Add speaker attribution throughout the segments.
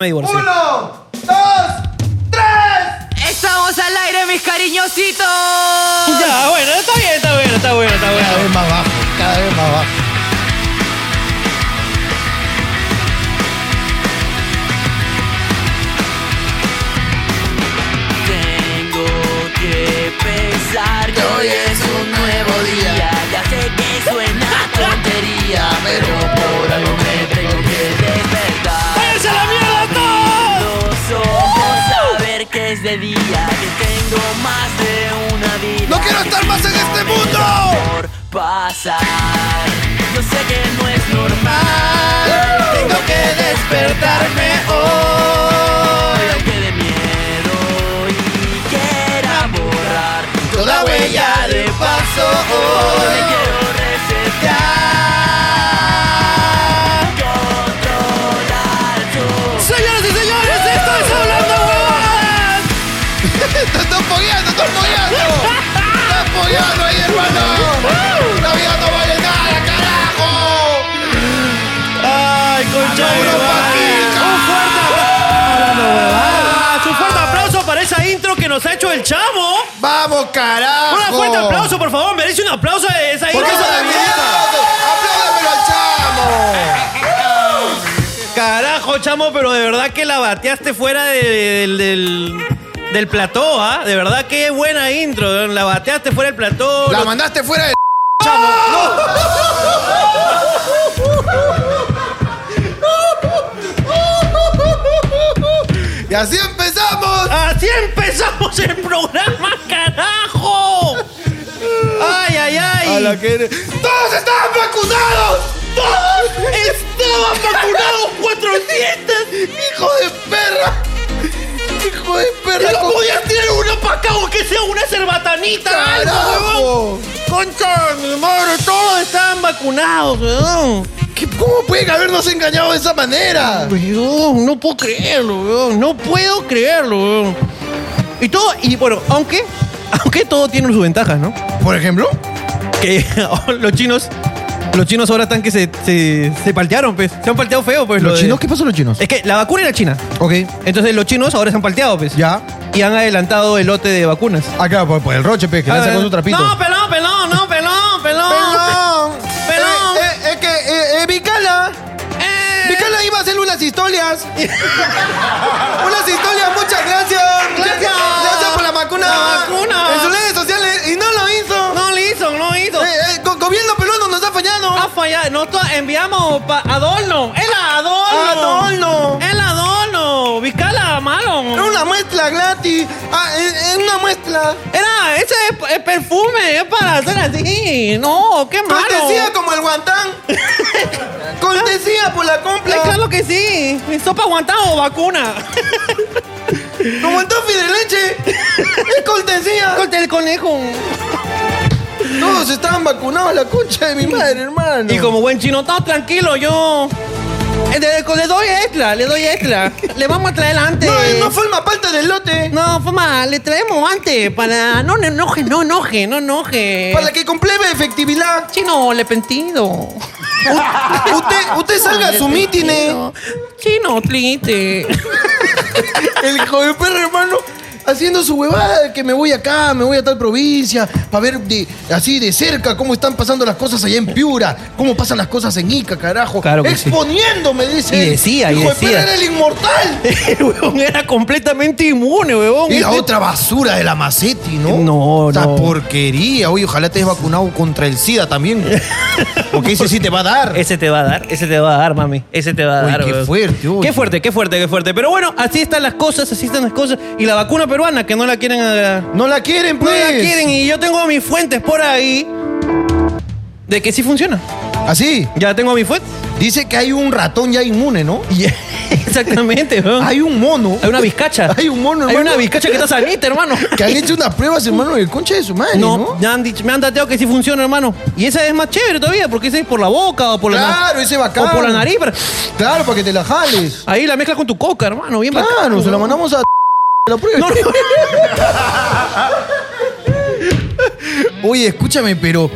Speaker 1: me divorcié.
Speaker 2: ¡Uno, dos, tres!
Speaker 3: Estamos al aire, mis cariñositos.
Speaker 1: Ya, bueno, está bien, está bueno, está bueno, está
Speaker 2: Cada
Speaker 1: bueno.
Speaker 2: vez más bajo, cada vez más bajo.
Speaker 3: Tengo que pensar que hoy es un nuevo día. Ya sé que suena tontería, pero por algo me tengo que despertar.
Speaker 1: ¡Váyanse a la mierda todos!
Speaker 3: Los ojos saber que es de día, que tengo más de una vida.
Speaker 2: ¡No quiero estar más en este mundo!
Speaker 3: Por pasar. Yo sé que no es normal.
Speaker 2: Tengo que despertarme hoy.
Speaker 3: Pero que de miedo y quiera borrar
Speaker 2: Toda huella de paso
Speaker 3: Me
Speaker 2: hoy.
Speaker 3: quiero
Speaker 2: Ya.
Speaker 3: resetear su
Speaker 1: Señoras y señores, esto es Hablando Huevadas.
Speaker 2: ¡Estás fogueando, estás fogueando! ¡Estás fogueando ahí, hermano! ¡La vida no vale nada, carajo!
Speaker 1: ¡Ay, concha de
Speaker 2: Maduro
Speaker 1: tu madre.
Speaker 2: Patica.
Speaker 1: ¡Un fuerte aplauso! Hablando Huevadas. Un fuerte aplauso para esa intro que nos ha hecho el chamo.
Speaker 2: ¡Vamos, carajo!
Speaker 1: Un fuerte aplauso, por favor. Merece un aplauso de esa
Speaker 2: ¡Por
Speaker 1: intro.
Speaker 2: eso de ¡Apláudamelo al chamo!
Speaker 1: Carajo, chamo, pero de verdad que la bateaste fuera de- del, del, del plató, ¿ah? De verdad que buena intro. La bateaste fuera del plató.
Speaker 2: La
Speaker 1: Lo-
Speaker 2: mandaste fuera de... ¡Y así empezamos!
Speaker 1: Así empezamos el programa, carajo. Ay, ay, ay.
Speaker 2: A la que- ¡Todos estaban vacunados! ¡Todos
Speaker 1: Estaban vacunados cuatro dientes.
Speaker 2: ¡Hijo de perra! ¡Hijo de perra!
Speaker 1: No
Speaker 2: con-
Speaker 1: podías tirar una pa' acá o que sea una cerbatanita. algo, huevón.
Speaker 2: ¡Carajo!
Speaker 1: Concha, de mi madre, todos estaban vacunados, weón.
Speaker 2: ¿Qué- ¿Cómo pueden habernos engañado de esa manera?
Speaker 1: Weón, no puedo creerlo, weón. No puedo creerlo, weón. Y todo, y bueno, aunque, aunque todo tiene sus ventajas, ¿no?
Speaker 2: ¿Por ejemplo?
Speaker 1: Que oh, los chinos, los chinos ahora están que se, se, se paltearon, pues. Se han palteado feo, pues. lo
Speaker 2: ¿Los
Speaker 1: de-
Speaker 2: chinos? ¿Qué pasó los chinos?
Speaker 1: Es que la vacuna era china.
Speaker 2: Ok,
Speaker 1: Entonces los chinos ahora se han palteado, pues.
Speaker 2: ya.
Speaker 1: Y han adelantado el lote de vacunas.
Speaker 2: Acá, por, por el roche, pe, que lanza con su trapito.
Speaker 1: No, pelón, pelón, no, pelón, pelón.
Speaker 2: ¡Perdón!
Speaker 1: Pelón.
Speaker 2: Eh, eh, Es que, eh, eh, Vicala.
Speaker 1: Eh,
Speaker 2: Vicala iba a hacer unas historias. unas historias, muchas gracias.
Speaker 1: Gracias.
Speaker 2: Gracias por la vacuna.
Speaker 1: La vacuna.
Speaker 2: En sus redes sociales y no lo hizo.
Speaker 1: No lo hizo, no lo hizo.
Speaker 2: Eh, eh, go- gobierno peruano nos ha fallado.
Speaker 1: Ha fallado. Nosotros enviamos pa Adorno. El
Speaker 2: Ah,
Speaker 1: Adorno.
Speaker 2: Adorno.
Speaker 1: El Adorno. Vizcala,
Speaker 2: Era
Speaker 1: malo.
Speaker 2: una muestra gratis. Ah, es, es una muestra.
Speaker 1: Era, ese es, es perfume. Es para hacer así. No, qué malo.
Speaker 2: Cortesía como el guantán. Cortesía por la compra.
Speaker 1: Eh, Claro que sí. Mi sopa aguantado o vacuna.
Speaker 2: Como el toffee de leche. Es cortesía.
Speaker 1: Corte el conejo.
Speaker 2: Todos estaban vacunados, la concha de mi madre, hermano.
Speaker 1: Y como buen chino, todo tranquilo, yo. eh, Le, le doy extra, le doy extra. le vamos a traer antes.
Speaker 2: No, eh, no forma parte del lote.
Speaker 1: No, fama, le traemos antes para. No no enoje, no enoje, no enoje.
Speaker 2: Para que compruebe efectividad.
Speaker 1: Chino, arrepentido.
Speaker 2: Usted, usted salga a su eh. mítine.
Speaker 1: Chino, triste.
Speaker 2: El hijo de perro, hermano. Haciendo su huevada, de que me voy acá, me voy a tal provincia, para ver de- así de cerca cómo están pasando las cosas allá en Piura, cómo pasan las cosas en Ica, carajo.
Speaker 1: Claro que sí.
Speaker 2: Exponiéndome, dice.
Speaker 1: Y
Speaker 2: él.
Speaker 1: decía, y
Speaker 2: hijo de
Speaker 1: decía.
Speaker 2: perra era el inmortal.
Speaker 1: El huevón era completamente inmune, huevón.
Speaker 2: Y la
Speaker 1: Este-
Speaker 2: otra basura de la Macetti, ¿no?
Speaker 1: No,
Speaker 2: Esa
Speaker 1: no.
Speaker 2: porquería. Oye, ojalá te hayas vacunado contra el SIDA también. Porque ese sí te va a dar.
Speaker 1: Ese te va a dar, ese te va a dar, mami. Ese te va a
Speaker 2: Uy,
Speaker 1: dar.
Speaker 2: qué
Speaker 1: weón.
Speaker 2: fuerte, uy.
Speaker 1: Qué fuerte, qué fuerte, qué fuerte. Pero bueno, así están las cosas, así están las cosas. Y la vacuna peruana, que no la quieren. eh,
Speaker 2: No la quieren,
Speaker 1: No
Speaker 2: pues.
Speaker 1: la quieren. Y yo tengo mis fuentes por ahí de que sí funciona.
Speaker 2: Así.
Speaker 1: Ya tengo mis fuentes.
Speaker 2: Dice que hay un ratón ya inmune, ¿no?
Speaker 1: Exactamente, weón.
Speaker 2: Hay un mono.
Speaker 1: Hay una bizcacha.
Speaker 2: Hay un mono,
Speaker 1: Hay
Speaker 2: hermano.
Speaker 1: una bizcacha que está sanita, hermano.
Speaker 2: Que han hecho unas pruebas, hermano, de concha de su madre, ¿no?
Speaker 1: No, ya han dicho- me han dateado que sí funciona, hermano. Y esa es más chévere todavía, porque esa es por la boca o por la
Speaker 2: Claro,
Speaker 1: na-
Speaker 2: ese bacán.
Speaker 1: o por la nariz. pero-
Speaker 2: Claro, para que te la jales.
Speaker 1: Ahí la mezcla con tu coca, hermano. Bien
Speaker 2: Claro,
Speaker 1: bacano,
Speaker 2: se la
Speaker 1: weón.
Speaker 2: mandamos a... La prueba.
Speaker 1: No, no.
Speaker 2: Oye, escúchame, pero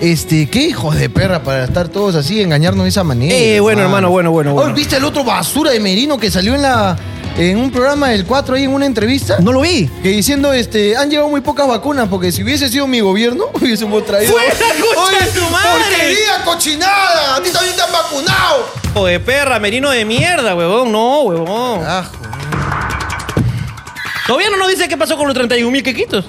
Speaker 2: Este, qué hijos de perra para estar todos así, engañarnos de esa manera.
Speaker 1: Eh, bueno, hermano, bueno, bueno, bueno.
Speaker 2: Ay, ¿Viste el otro basura de Merino que salió en la. en un programa del 4 ahí en una entrevista?
Speaker 1: No lo vi.
Speaker 2: Que diciendo, este, han llegado muy pocas vacunas, porque si hubiese sido mi gobierno, hubiésemos traído.
Speaker 1: ¡Fuera, concha de tu madre!
Speaker 2: ¡Porquería, cochinada! ¡A ti también te han vacunado!
Speaker 1: Hijo de perra, merino de mierda, huevón. No, huevón. Todavía no nos dice qué pasó con los 31 mil quequitos.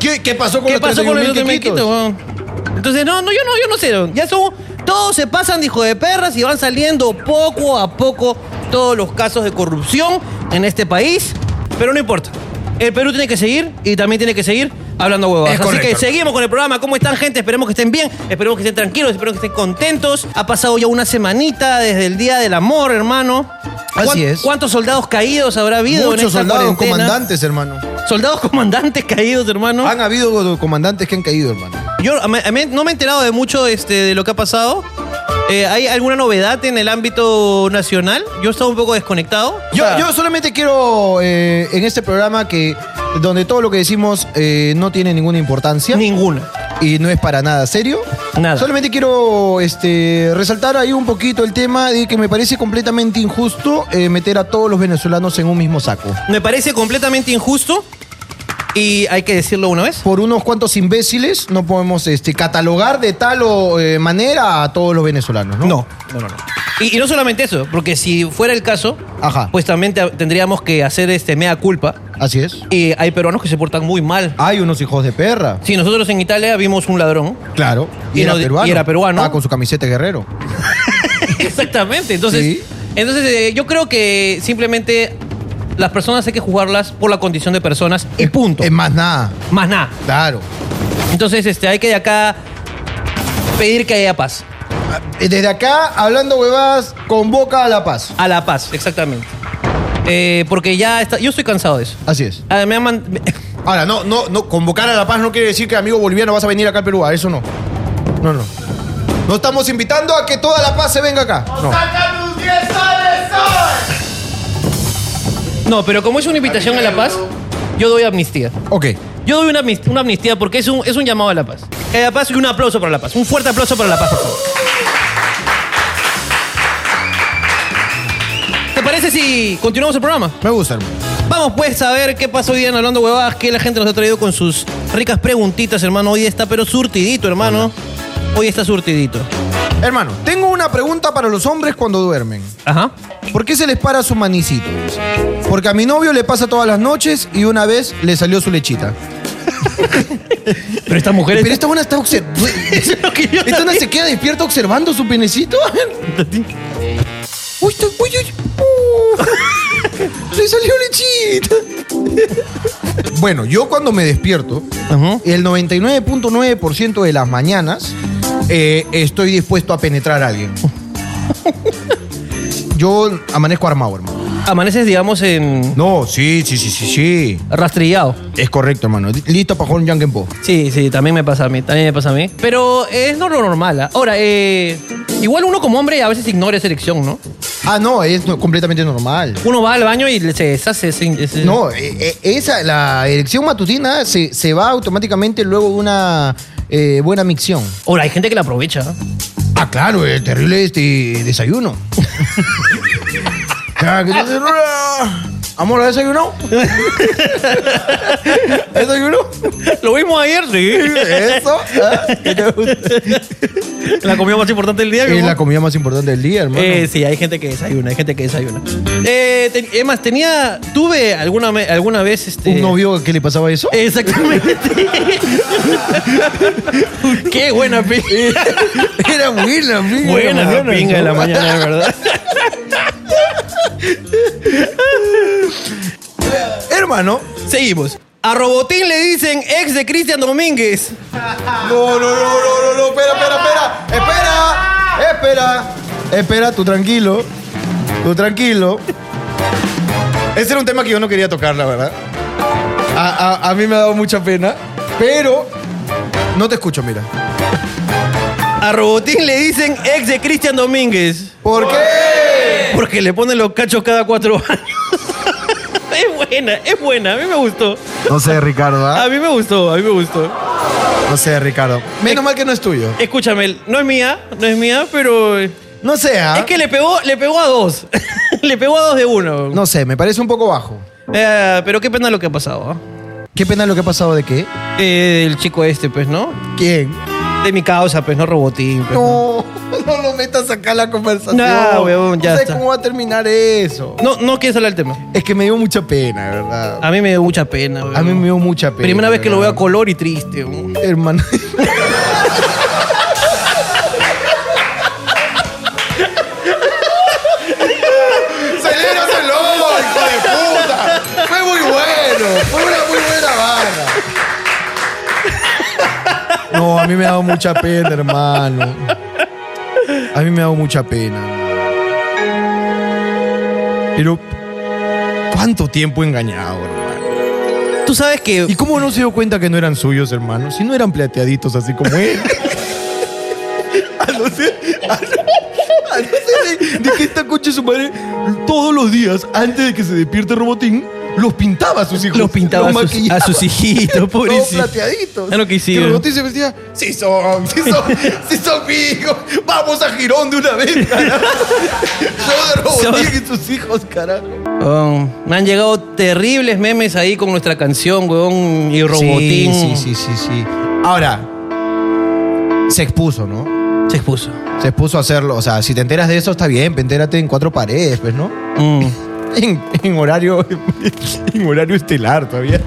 Speaker 2: ¿Qué, qué pasó con
Speaker 1: ¿Qué
Speaker 2: los
Speaker 1: pasó con los
Speaker 2: 31.000
Speaker 1: 31 mil
Speaker 2: quequitos?
Speaker 1: quequitos, huevón? Entonces, no, no, yo no, yo no sé. huevón. Ya son. Todos se pasan de hijo de perras y van saliendo poco a poco todos los casos de corrupción en este país. Pero no importa. El Perú tiene que seguir y también tiene que seguir hablando huevadas.
Speaker 2: Es
Speaker 1: Así
Speaker 2: correcto.
Speaker 1: que seguimos con el programa. ¿Cómo están, gente? Esperemos que estén bien, esperemos que estén tranquilos, esperemos que estén contentos. Ha pasado ya una semanita desde el Día del Amor, hermano.
Speaker 2: Así
Speaker 1: ¿Cuán-
Speaker 2: es.
Speaker 1: ¿Cuántos soldados caídos habrá habido en
Speaker 2: Muchos
Speaker 1: esta
Speaker 2: soldados
Speaker 1: cuarentena?
Speaker 2: comandantes, hermano.
Speaker 1: Soldados comandantes caídos, hermano.
Speaker 2: Han habido comandantes que han caído, hermano.
Speaker 1: Yo a me- a mí no me he enterado de mucho este, de lo que ha pasado. Eh, ¿Hay alguna novedad en el ámbito nacional? Yo estaba un poco desconectado.
Speaker 2: Yo,
Speaker 1: O sea,
Speaker 2: yo solamente quiero eh, en este programa que donde todo lo que decimos eh, no tiene ninguna importancia
Speaker 1: Ninguna.
Speaker 2: y no es para nada serio.
Speaker 1: Nada.
Speaker 2: Solamente quiero este, resaltar ahí un poquito el tema de que me parece completamente injusto eh, meter a todos los venezolanos en un mismo saco.
Speaker 1: Me parece completamente injusto y hay que decirlo una vez.
Speaker 2: Por unos cuantos imbéciles no podemos este, catalogar de tal o, eh, manera a todos los venezolanos, ¿no?
Speaker 1: no, no. no. Y, y no solamente eso, porque si fuera el caso,
Speaker 2: Ajá.
Speaker 1: pues también te- tendríamos que hacer este mea culpa.
Speaker 2: Así es.
Speaker 1: Y hay peruanos que se portan muy mal.
Speaker 2: Hay unos hijos de perra.
Speaker 1: Si nosotros en Italia vimos un ladrón,
Speaker 2: Claro. Y,
Speaker 1: Y
Speaker 2: era
Speaker 1: no- y
Speaker 2: peruano.
Speaker 1: era peruano.
Speaker 2: Ah, con su camiseta de guerrero.
Speaker 1: Exactamente. Entonces,
Speaker 2: Sí.
Speaker 1: entonces eh, yo creo que simplemente las personas hay que juzgarlas por la condición de personas
Speaker 2: Eh,
Speaker 1: y punto.
Speaker 2: Es más nada.
Speaker 1: Más nada.
Speaker 2: Claro.
Speaker 1: Entonces, este, hay que de acá pedir que haya paz.
Speaker 2: Eh, Desde acá, hablando huevadas, convoca a la paz.
Speaker 1: A la paz, exactamente. Eh, porque ya está. Yo estoy cansado de eso.
Speaker 2: Así es.
Speaker 1: Ah, me han man- me-
Speaker 2: Ahora, no, no, no, convocar a la paz no quiere decir que amigo boliviano vas a venir acá al Perú. A eso no. No, no. No estamos invitando a que toda la paz se venga acá. No.
Speaker 1: No, pero como es una invitación a la paz, yo doy amnistía.
Speaker 2: Ok.
Speaker 1: Yo doy una amnistía, una amnistía porque es un, es un llamado a la paz. Eh, la paz y un aplauso para la paz. Un fuerte aplauso para la paz, por favor. ¿Te parece si continuamos el programa?
Speaker 2: Me gusta, hermano.
Speaker 1: Vamos pues a ver qué pasó hoy día en Hablando Huevadas, que la gente nos ha traído con sus ricas preguntitas, hermano. Hoy está pero surtidito, hermano. Hoy está surtidito.
Speaker 2: Hermano, tengo una pregunta para los hombres cuando duermen.
Speaker 1: Ajá.
Speaker 2: ¿Por qué se les para su manicito? Dice. Porque a mi novio le pasa todas las noches y una vez le salió su lechita.
Speaker 1: Pero estas mujeres...
Speaker 2: Pero esta buena está observando.
Speaker 1: Eso es lo que yo
Speaker 2: ¿Esta una
Speaker 1: también-
Speaker 2: se queda despierta observando su penecito? A ver. Uy, está, uy, uy. Uh. Se salió lechita. Bueno, yo cuando me despierto,
Speaker 1: Ajá.
Speaker 2: el 99.9% de las mañanas eh, estoy dispuesto a penetrar a alguien. Yo amanezco armado, hermano.
Speaker 1: Amaneces, digamos, en...
Speaker 2: No, sí, sí, sí, sí, sí.
Speaker 1: Rastrillado.
Speaker 2: Es correcto, hermano. Listo para jugar un Janken Po.
Speaker 1: Sí, sí, también me pasa a mí, también me pasa a mí. Pero es no lo normal. ¿ah? Ahora, eh, igual uno como hombre a veces ignora esa elección, ¿no?
Speaker 2: Ah, no, es no- completamente normal.
Speaker 1: Uno va al baño y le- se deshace. se- se-
Speaker 2: No, eh, eh, esa, la erección matutina se, se va automáticamente luego de una eh, buena micción.
Speaker 1: Ahora, hay gente que la aprovecha. ¿ah?
Speaker 2: Ah, claro, el terrible este desayuno. Claro, que entonces, ¡ah! Amor, ¿ha desayunado? ¿Ha ¿Desayunado?
Speaker 1: Lo vimos ayer, sí.
Speaker 2: Eso. ¿ah? ¿Qué te gusta?
Speaker 1: La comida más importante del día.
Speaker 2: Es
Speaker 1: ¿cómo?
Speaker 2: la comida más importante del día, hermano.
Speaker 1: Eh, sí, hay gente que desayuna, hay gente que desayuna. Eh, te- es más, tenía, tuve alguna, me- alguna vez este...
Speaker 2: ¿Un novio que le pasaba eso?
Speaker 1: Eh. Exactamente. Qué buena pinga.
Speaker 2: Era buena, amigo.
Speaker 1: Buena la
Speaker 2: Hermano,
Speaker 1: pinga de la
Speaker 2: ¿no?
Speaker 1: mañana, de verdad.
Speaker 2: Hermano.
Speaker 1: Seguimos. A Robotín le dicen ex de Cristian Domínguez.
Speaker 2: No, no, no, no, no, no, espera, espera, espera, espera, espera, espera, tú tranquilo, tú tranquilo. Ese era un tema que yo no quería tocar, la verdad. A, a- a mí me ha dado mucha pena, pero no te escucho, mira.
Speaker 1: A Robotín le dicen ex de Cristian Domínguez.
Speaker 2: ¿Por qué?
Speaker 1: Porque le ponen los cachos cada cuatro años. es buena, es buena. A mí me gustó.
Speaker 2: No sé, Ricardo,
Speaker 1: A
Speaker 2: ¿ah?
Speaker 1: mí me gustó, a mí me gustó.
Speaker 2: No sé, Ricardo.
Speaker 4: Menos mal que no es tuyo.
Speaker 1: Escúchame, no es mía, no es mía, pero.
Speaker 2: No sé, ¿ah?
Speaker 1: Es que le pegó, le pegó a dos. le pegó a dos de uno.
Speaker 2: No sé, me parece un poco bajo.
Speaker 1: Eh, pero qué pena lo que ha pasado.
Speaker 2: Qué pena lo que ha pasado de qué.
Speaker 1: ¿ah? Eh, el chico este, pues, ¿no?
Speaker 2: ¿Quién?
Speaker 1: De mi causa, pues, no robotín. pues,
Speaker 2: No, no lo metas acá a la conversación.
Speaker 1: Nah, huevón, ya
Speaker 2: No sé
Speaker 1: está.
Speaker 2: cómo va a terminar eso.
Speaker 1: No, no quieres hablar del tema.
Speaker 2: Es que me dio mucha pena, de ¿verdad?
Speaker 1: A mí me dio mucha pena.
Speaker 2: A mí me dio mucha pena.
Speaker 1: Ah, Primera vez que lo veo a
Speaker 2: ¿verdad?
Speaker 1: color y triste. weón.
Speaker 2: Hermano.
Speaker 4: ¡Celébraselo, hijo de puta! Fue muy bueno, fue una muy buena vaga.
Speaker 2: No, a mí me ha dado mucha pena, hermano. A mí me ha dado mucha pena. Pero, ¿cuánto tiempo engañado, hermano?
Speaker 1: Tú sabes que.
Speaker 2: ¿Y cómo no se dio cuenta que no eran suyos, hermano? Si no eran plateaditos así como él. A no ser, a no- a no ser de, de que esta coche su madre todos los días, antes de que se despierte Robotín, los pintaba a sus hijos.
Speaker 1: Los pintaba a, sus,
Speaker 2: maquillaba.
Speaker 1: a sus hijitos,
Speaker 2: Todos
Speaker 1: pobrecito.
Speaker 2: plateaditos.
Speaker 1: Es lo que hicieron.
Speaker 2: el botín se vestía, sí son, sí son, sí son mi hijo. Vamos a Girón de una vez, carajo. Todo Robotín y sus hijos, carajo.
Speaker 1: Oh, me han llegado terribles memes ahí con nuestra canción, weón, y robotín.
Speaker 2: Sí, sí, sí, sí, sí. Ahora, se expuso, ¿no?
Speaker 1: Se expuso.
Speaker 2: Se expuso a hacerlo. O sea, si te enteras de eso, está bien, pe, entérate en cuatro paredes, pues, ¿no?
Speaker 1: Mm.
Speaker 2: En, en horario en horario estelar todavía.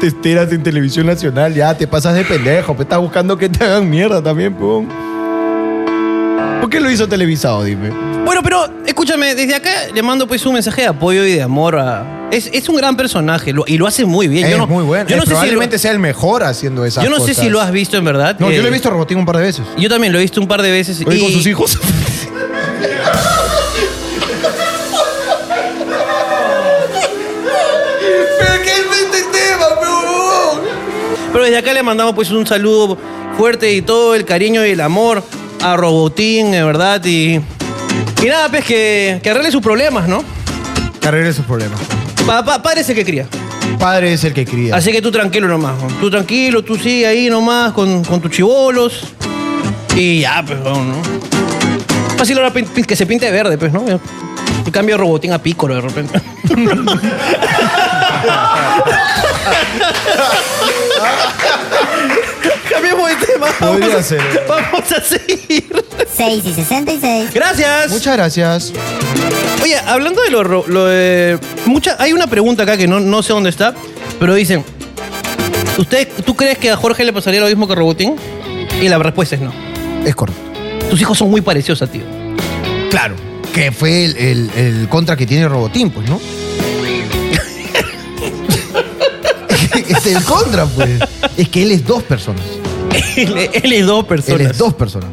Speaker 2: Te enteras en televisión nacional, ya te pasas de pendejo, pues estás buscando que te hagan mierda también, pum. ¿Por qué lo hizo televisado, dime?
Speaker 1: Bueno, pero escúchame, desde acá le mando pues un mensaje de apoyo y de amor a... Es, es un gran personaje lo- y lo hace muy bien.
Speaker 2: es
Speaker 1: yo no,
Speaker 2: muy bueno.
Speaker 1: Yo no,
Speaker 2: Eh,
Speaker 1: sé si, lo,
Speaker 2: probablemente sea el mejor haciendo esas
Speaker 1: yo no sé
Speaker 2: cosas.
Speaker 1: si lo has visto en verdad.
Speaker 2: No, yo
Speaker 1: eh,
Speaker 2: lo he visto a Robotín un par de veces.
Speaker 1: Yo también lo he visto un par de veces.
Speaker 2: Oye,
Speaker 1: y-
Speaker 2: con sus hijos.
Speaker 4: ¿Pero qué es este tema, bro?
Speaker 1: Pero desde acá le mandamos pues un saludo fuerte y todo el cariño y el amor a Robotín, en verdad. Y, y nada, pues que, que arregle sus problemas, ¿no?
Speaker 2: Carrera sus problemas.
Speaker 1: Pa, pa- padre es el que cría.
Speaker 2: Padre es el que cría.
Speaker 1: Así que tú tranquilo nomás. ¿no? Tú tranquilo, tú sigue ahí nomás con, con tus chivolos. Y ya, pues, weón, ¿no? Fácil ahora pin- pin- que se pinte de verde, pues, ¿no? En cambio, robotín a pícolo de repente. Cambiemos de tema.
Speaker 2: Podría
Speaker 1: vamos a-
Speaker 2: ser. ¿eh?
Speaker 1: Vamos a seguir.
Speaker 5: 6 y 66.
Speaker 1: Gracias.
Speaker 2: Muchas gracias.
Speaker 1: Oye, hablando de lo, ro- lo de- mucha, hay una pregunta acá que no, no sé dónde está, pero dicen, ¿usted, ¿tú crees que a Jorge le pasaría lo mismo que a Robotín? Y la respuesta es no.
Speaker 2: Es correcto.
Speaker 1: Tus hijos son muy parecidos a ti.
Speaker 2: Claro. Que fue el, el- el contra que tiene Robotín, pues, ¿no? es el contra, pues. Es que él es dos personas.
Speaker 1: él, él es dos personas.
Speaker 2: Él es dos personas.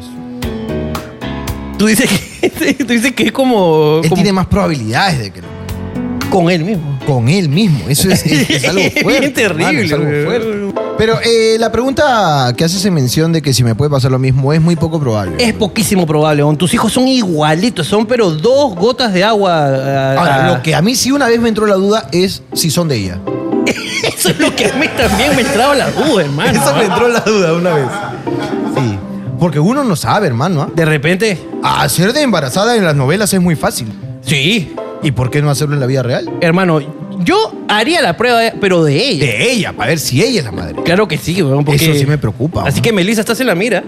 Speaker 1: Tú dices que, tú dices que es como,
Speaker 2: Él
Speaker 1: como
Speaker 2: tiene más probabilidades de que no.
Speaker 1: con él mismo.
Speaker 2: Con él mismo. Eso es, es- es algo
Speaker 1: Es bien
Speaker 2: fuerte. hermano,
Speaker 1: terrible,
Speaker 2: es algo
Speaker 1: güey.
Speaker 2: fuerte. Pero eh, la pregunta que haces en mención de que si me puede pasar lo mismo es muy poco probable.
Speaker 1: Es poquísimo probable, weón. tus hijos son igualitos, son pero dos gotas de agua. ah,
Speaker 2: Ahora,
Speaker 1: ah.
Speaker 2: lo que a mí sí una vez me entró la duda es si son de ella.
Speaker 1: Eso es lo que a mí también me entraba la duda, hermano.
Speaker 2: Eso me entró la duda una vez. Sí. Porque uno no sabe, hermano. ¿ah?
Speaker 1: De repente,
Speaker 2: Ah, ser de embarazada en las novelas es muy fácil.
Speaker 1: sí,
Speaker 2: ¿Y por qué no hacerlo en la vida real?
Speaker 1: Hermano, yo haría la prueba, de- pero de ella.
Speaker 2: De ella, para ver si ella es la madre.
Speaker 1: Claro que sí, weón. Porque...
Speaker 2: Eso sí me preocupa,
Speaker 1: Así
Speaker 2: weón.
Speaker 1: que, Melissa, estás en la mira.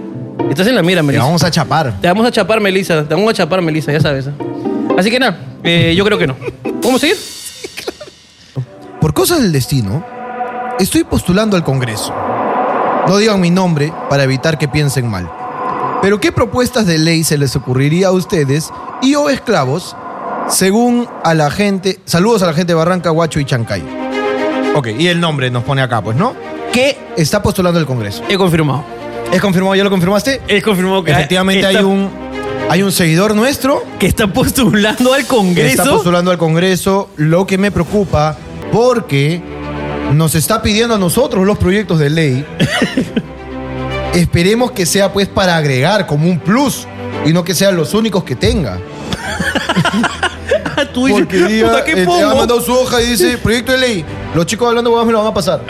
Speaker 1: Estás en la mira,
Speaker 2: Le
Speaker 1: Melissa.
Speaker 2: vamos a chapar.
Speaker 1: Te vamos a chapar, Melissa. Te vamos a chapar, Melissa, ya sabes. ¿eh? Así que nada, eh, yo creo que no. ¿Podemos seguir?
Speaker 2: Por cosas del destino, estoy postulando al Congreso. No digan mi nombre para evitar que piensen mal. Pero ¿qué propuestas de ley se les ocurriría a ustedes y o esclavos según a la gente... Saludos a la gente de Barranca, Huacho y Chancay. Ok, y el nombre nos pone acá, pues, ¿no?
Speaker 1: Que
Speaker 2: Está postulando el Congreso.
Speaker 1: he confirmado.
Speaker 2: ¿Es confirmado? ¿Ya lo confirmaste?
Speaker 1: He confirmado que
Speaker 2: Efectivamente
Speaker 1: que
Speaker 2: hay
Speaker 1: está-
Speaker 2: un, hay un seguidor nuestro
Speaker 1: Que está postulando al
Speaker 2: que está
Speaker 1: Congreso.
Speaker 2: postulando al Congreso, lo que me preocupa porque nos está pidiendo a nosotros los proyectos de ley. Esperemos que sea pues para agregar como un plus y no que sean los únicos que tenga.
Speaker 1: Entonces tú dices,
Speaker 2: Porque día,
Speaker 1: puta, ¿qué
Speaker 2: este,
Speaker 1: pongo?
Speaker 2: ha mandado su hoja y dice, proyecto de ley, los chicos hablando huevadas me lo van a pasar.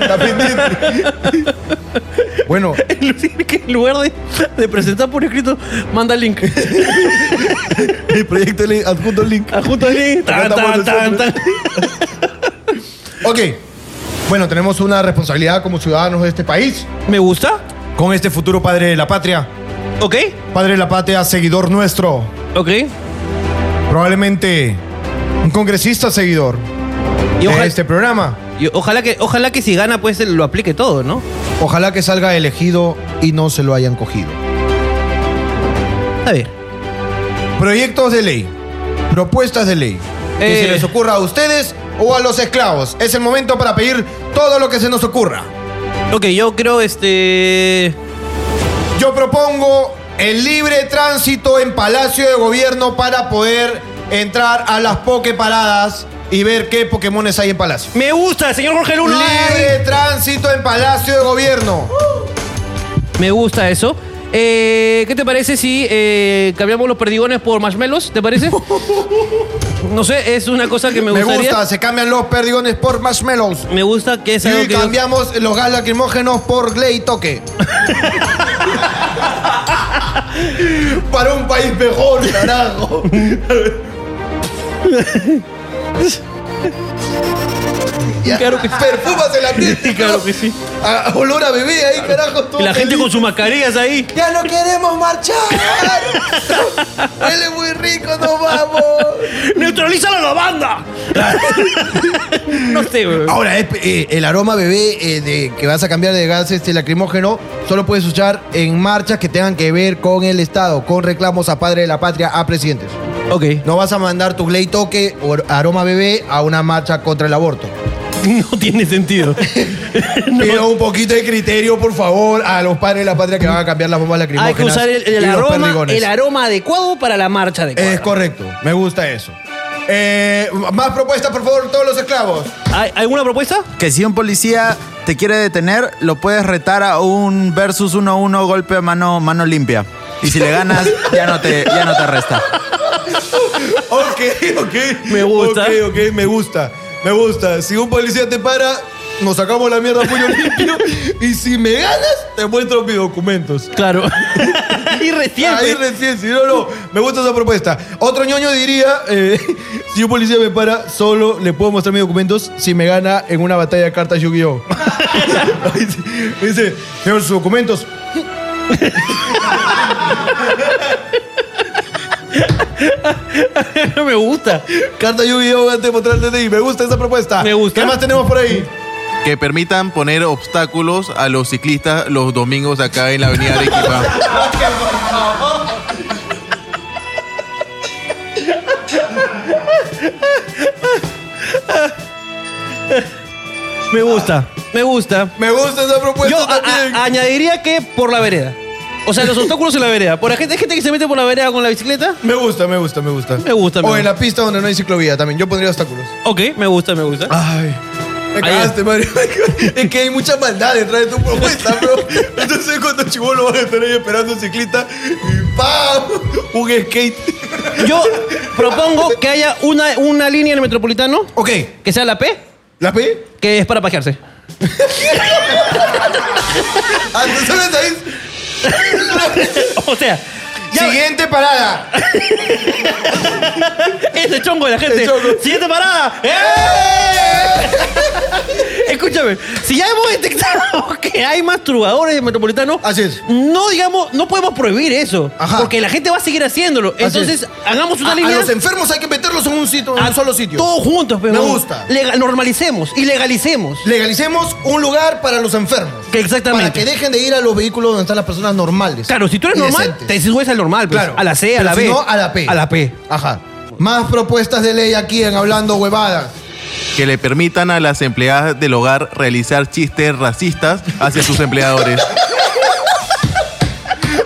Speaker 2: Está pendiente. bueno,
Speaker 1: Inclusive que en lugar de, de presentar por escrito, manda link.
Speaker 2: el proyecto de ley, adjunto el link.
Speaker 1: Adjunto link. Tan,
Speaker 2: Acá
Speaker 1: tan,
Speaker 2: estamos
Speaker 1: tan,
Speaker 2: nosotros.
Speaker 1: tan.
Speaker 2: Ok, bueno, tenemos una responsabilidad como ciudadanos de este país
Speaker 1: Me gusta.
Speaker 2: con este futuro padre de la patria.
Speaker 1: Ok,
Speaker 2: Padre de la patria, seguidor nuestro.
Speaker 1: ok.
Speaker 2: Probablemente un congresista seguidor
Speaker 1: Y
Speaker 2: de
Speaker 1: ojalá,
Speaker 2: este programa.
Speaker 1: y ojalá que, ojalá que si gana, pues lo aplique todo, ¿no?
Speaker 2: Ojalá que salga elegido y no se lo hayan cogido.
Speaker 1: Está bien.
Speaker 2: Proyectos de ley. Propuestas de ley. Que
Speaker 1: Eh.
Speaker 2: se les ocurra a ustedes o a los esclavos. Es el momento para pedir todo lo que se nos ocurra.
Speaker 1: Ok, yo creo este.
Speaker 2: Yo propongo el libre tránsito en Palacio de Gobierno para poder entrar a las Poképaradas y ver qué Pokémones hay en Palacio.
Speaker 1: Me gusta, señor Jorge Luna.
Speaker 2: Libre tránsito en Palacio de Gobierno.
Speaker 1: Me gusta eso. Eh, ¿Qué te parece si eh, cambiamos los perdigones por marshmallows? ¿Te parece? No sé, es una cosa que me
Speaker 2: Me
Speaker 1: gustaría.
Speaker 2: gusta, se cambian los perdigones por marshmallows.
Speaker 1: Me gusta que es algo
Speaker 2: Y
Speaker 1: que yo-
Speaker 2: cambiamos los gas lacrimógenos por Gley Toque. Para un país mejor, carajo. Ya,
Speaker 1: Claro que sí.
Speaker 2: Perfumas el ambiente.
Speaker 1: Claro que sí.
Speaker 2: A- a olor a bebé ahí, carajo. todo
Speaker 1: Y la gente
Speaker 2: feliz.
Speaker 1: con sus mascarillas ahí.
Speaker 2: ¡Ya no queremos marchar! ¡Huele muy rico, nos vamos!
Speaker 1: ¡Neutralízala la banda! no sé, güey.
Speaker 2: Ahora, es- eh, el aroma bebé eh, de, que vas a cambiar de gas este lacrimógeno solo puedes usar en marchas que tengan que ver con el Estado, con reclamos a padre de la patria, a presidentes.
Speaker 1: Ok.
Speaker 2: No vas a mandar tu ley toque o aroma bebé a una marcha contra el aborto.
Speaker 1: No tiene sentido.
Speaker 2: Pero un poquito de criterio, por favor, a los padres de la patria que van a cambiar las bombas lacrimógenas.
Speaker 1: Hay que usar el, el
Speaker 2: y los
Speaker 1: aroma,
Speaker 2: perdigones.
Speaker 1: el aroma adecuado para la marcha adecuada.
Speaker 2: Es correcto, me gusta eso. Eh, más propuestas, por favor, todos los esclavos.
Speaker 1: ¿Hay- ¿Alguna propuesta?
Speaker 6: Que si un policía te quiere detener, lo puedes retar a un versus 1-1 golpe a mano, mano limpia. Y si le ganas, ya no te, ya no te arresta.
Speaker 2: Ok, ok.
Speaker 1: Me gusta.
Speaker 2: Ok, ok, me gusta. Me gusta. Si un policía te para, nos sacamos la mierda a puño limpio. Y si me ganas, te muestro mis documentos.
Speaker 1: Claro. y recién.
Speaker 2: Ahí recién, si no, no. Me gusta esa propuesta. Otro ñoño diría: eh, si un policía me para, solo le puedo mostrar mis documentos si me gana en una batalla de cartas Yu-Gi-Oh! Me dice, señor, sus documentos.
Speaker 1: pues, me gusta.
Speaker 2: Carta Yu-Gi-Oh! antes de mostrarte de ahí. Me gusta esa propuesta.
Speaker 1: Me gusta.
Speaker 2: ¿Qué más tenemos por ahí?
Speaker 7: Que permitan poner obstáculos a los ciclistas los domingos acá en la avenida Arequipa.
Speaker 1: Me gusta. Me gusta.
Speaker 2: Me gusta esa propuesta
Speaker 1: Yo a-
Speaker 2: también.
Speaker 1: a- añadiría que por la vereda. O sea, los obstáculos en la vereda. Por la gente, hay gente que se mete por la vereda con la bicicleta.
Speaker 2: Me gusta, me gusta, me gusta.
Speaker 1: Me gusta, me
Speaker 2: O en
Speaker 1: gusta.
Speaker 2: la pista donde no hay ciclovía también. Yo pondría obstáculos.
Speaker 1: Ok, me gusta, me gusta.
Speaker 2: Ay. Me
Speaker 1: Ahí
Speaker 2: cagaste, Mario. Es que hay mucha maldad detrás de tu propuesta, bro. Entonces, cuando chivolo van a estar ahí esperando un ciclista y ¡pam! Un skate.
Speaker 1: Yo propongo que haya una, una línea en el metropolitano
Speaker 2: Ok,
Speaker 1: que sea la P,
Speaker 2: ¿la P?
Speaker 1: que es para pajearse.
Speaker 2: Antes solo estáis.
Speaker 1: O sea, ya
Speaker 2: Siguiente parada.
Speaker 1: es el chongo de la gente.
Speaker 2: El chongo.
Speaker 1: Siguiente parada.
Speaker 2: ¡Eh!
Speaker 1: ¡Eh! Escúchame, si ya hemos detectado que hay masturbadores en metropolitano,
Speaker 2: Así es.
Speaker 1: no digamos, no podemos prohibir eso,
Speaker 2: Ajá.
Speaker 1: porque la gente va a seguir haciéndolo. Entonces,
Speaker 2: es.
Speaker 1: hagamos una
Speaker 2: A, a
Speaker 1: línea
Speaker 2: los enfermos hay que meterlos en un sitio, en
Speaker 1: a
Speaker 2: un solo sitio.
Speaker 1: Todos juntos, pero
Speaker 2: Me gusta.
Speaker 1: Legal- normalicemos y legalicemos.
Speaker 2: Legalicemos un lugar para los enfermos.
Speaker 1: Que exactamente.
Speaker 2: Para que dejen de ir a los vehículos donde están las personas normales.
Speaker 1: Claro, si tú eres
Speaker 2: Y
Speaker 1: normal,
Speaker 2: decentes.
Speaker 1: te subes al normal, pues,
Speaker 2: Claro.
Speaker 1: a la C, a
Speaker 2: Pero
Speaker 1: la
Speaker 2: si
Speaker 1: B.
Speaker 2: no, a la P.
Speaker 1: A la P.
Speaker 2: Ajá. Más propuestas de ley aquí en Hablando Huevadas.
Speaker 7: Que le permitan a las empleadas del hogar realizar chistes racistas hacia sus empleadores.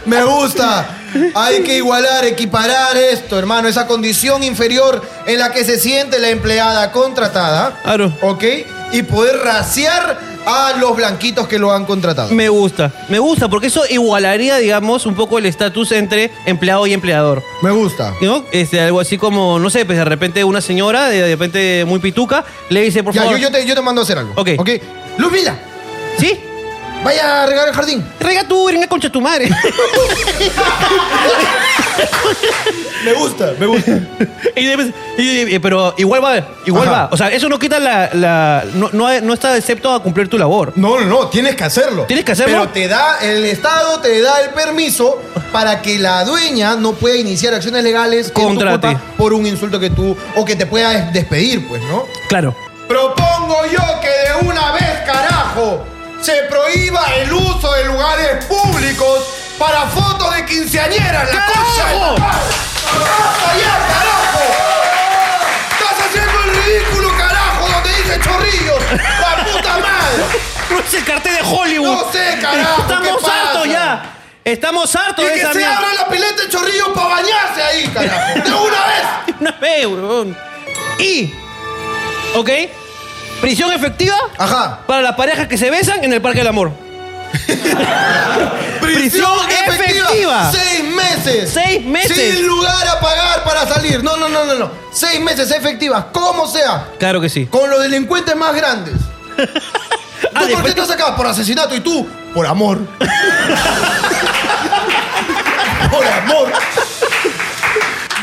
Speaker 2: Me gusta. Hay que igualar, equiparar esto, hermano. Esa condición inferior en la que se siente la empleada contratada.
Speaker 1: Claro.
Speaker 2: ¿Ok? y poder raciar a los blanquitos que lo han contratado.
Speaker 1: Me gusta, me gusta, porque eso igualaría, digamos, un poco el estatus entre empleado y empleador.
Speaker 2: Me gusta.
Speaker 1: ¿No? Este, algo así como, no sé, pues de repente una señora, de de repente muy pituca, le dice, por
Speaker 2: Ya,
Speaker 1: favor.
Speaker 2: yo, yo te, yo te mando a hacer algo.
Speaker 1: Ok.
Speaker 2: Ok. Luz Mila,
Speaker 1: ¿Sí?
Speaker 2: vaya a regar el jardín.
Speaker 1: Rega tú, venga concha tu madre.
Speaker 2: Me gusta, me gusta.
Speaker 1: Y después- y- y- pero igual va, igual
Speaker 2: Ajá.
Speaker 1: va. O sea, eso no quita la. la- no, no, no está excepto a cumplir tu labor.
Speaker 2: No, no, no, tienes que hacerlo.
Speaker 1: Tienes que hacerlo.
Speaker 2: Pero te da, el Estado te da el permiso para que la dueña no pueda iniciar acciones legales en tu
Speaker 1: Contra ti.
Speaker 2: culpa por un insulto que tú, o que te pueda des- despedir, pues, ¿no?
Speaker 1: Claro.
Speaker 2: Propongo yo que de una vez, carajo, se prohíba el uso de lugares públicos para fotos de quinceañeras, la concha. de tu madre. ¡Basta ya, carajo! ¡Estás haciendo el ridículo, carajo, donde dice chorrillos! ¡La puta madre!
Speaker 1: No es el cartel de Hollywood.
Speaker 2: No sé, carajo,
Speaker 1: Estamos
Speaker 2: ¿qué pasa?
Speaker 1: hartos ya. Estamos hartos
Speaker 2: Y
Speaker 1: de
Speaker 2: que
Speaker 1: esa
Speaker 2: se
Speaker 1: mierda.
Speaker 2: abra la pileta de chorrillos para bañarse ahí, carajo. ¡De una vez!
Speaker 1: Una vez, huevón. Y. ¿Ok? Prisión efectiva
Speaker 2: Ajá.
Speaker 1: para las parejas que se besan en el Parque del Amor. Prisión efectiva.
Speaker 2: ¡Seis meses!
Speaker 1: Seis meses.
Speaker 2: Sin lugar a pagar para salir. No, no, no, no, no. Seis meses efectivas, como sea.
Speaker 1: Claro que sí.
Speaker 2: Con los delincuentes más grandes.
Speaker 1: Ah,
Speaker 2: ¿Tú por qué
Speaker 1: después-
Speaker 2: estás acá? Por asesinato y tú, por amor. por amor.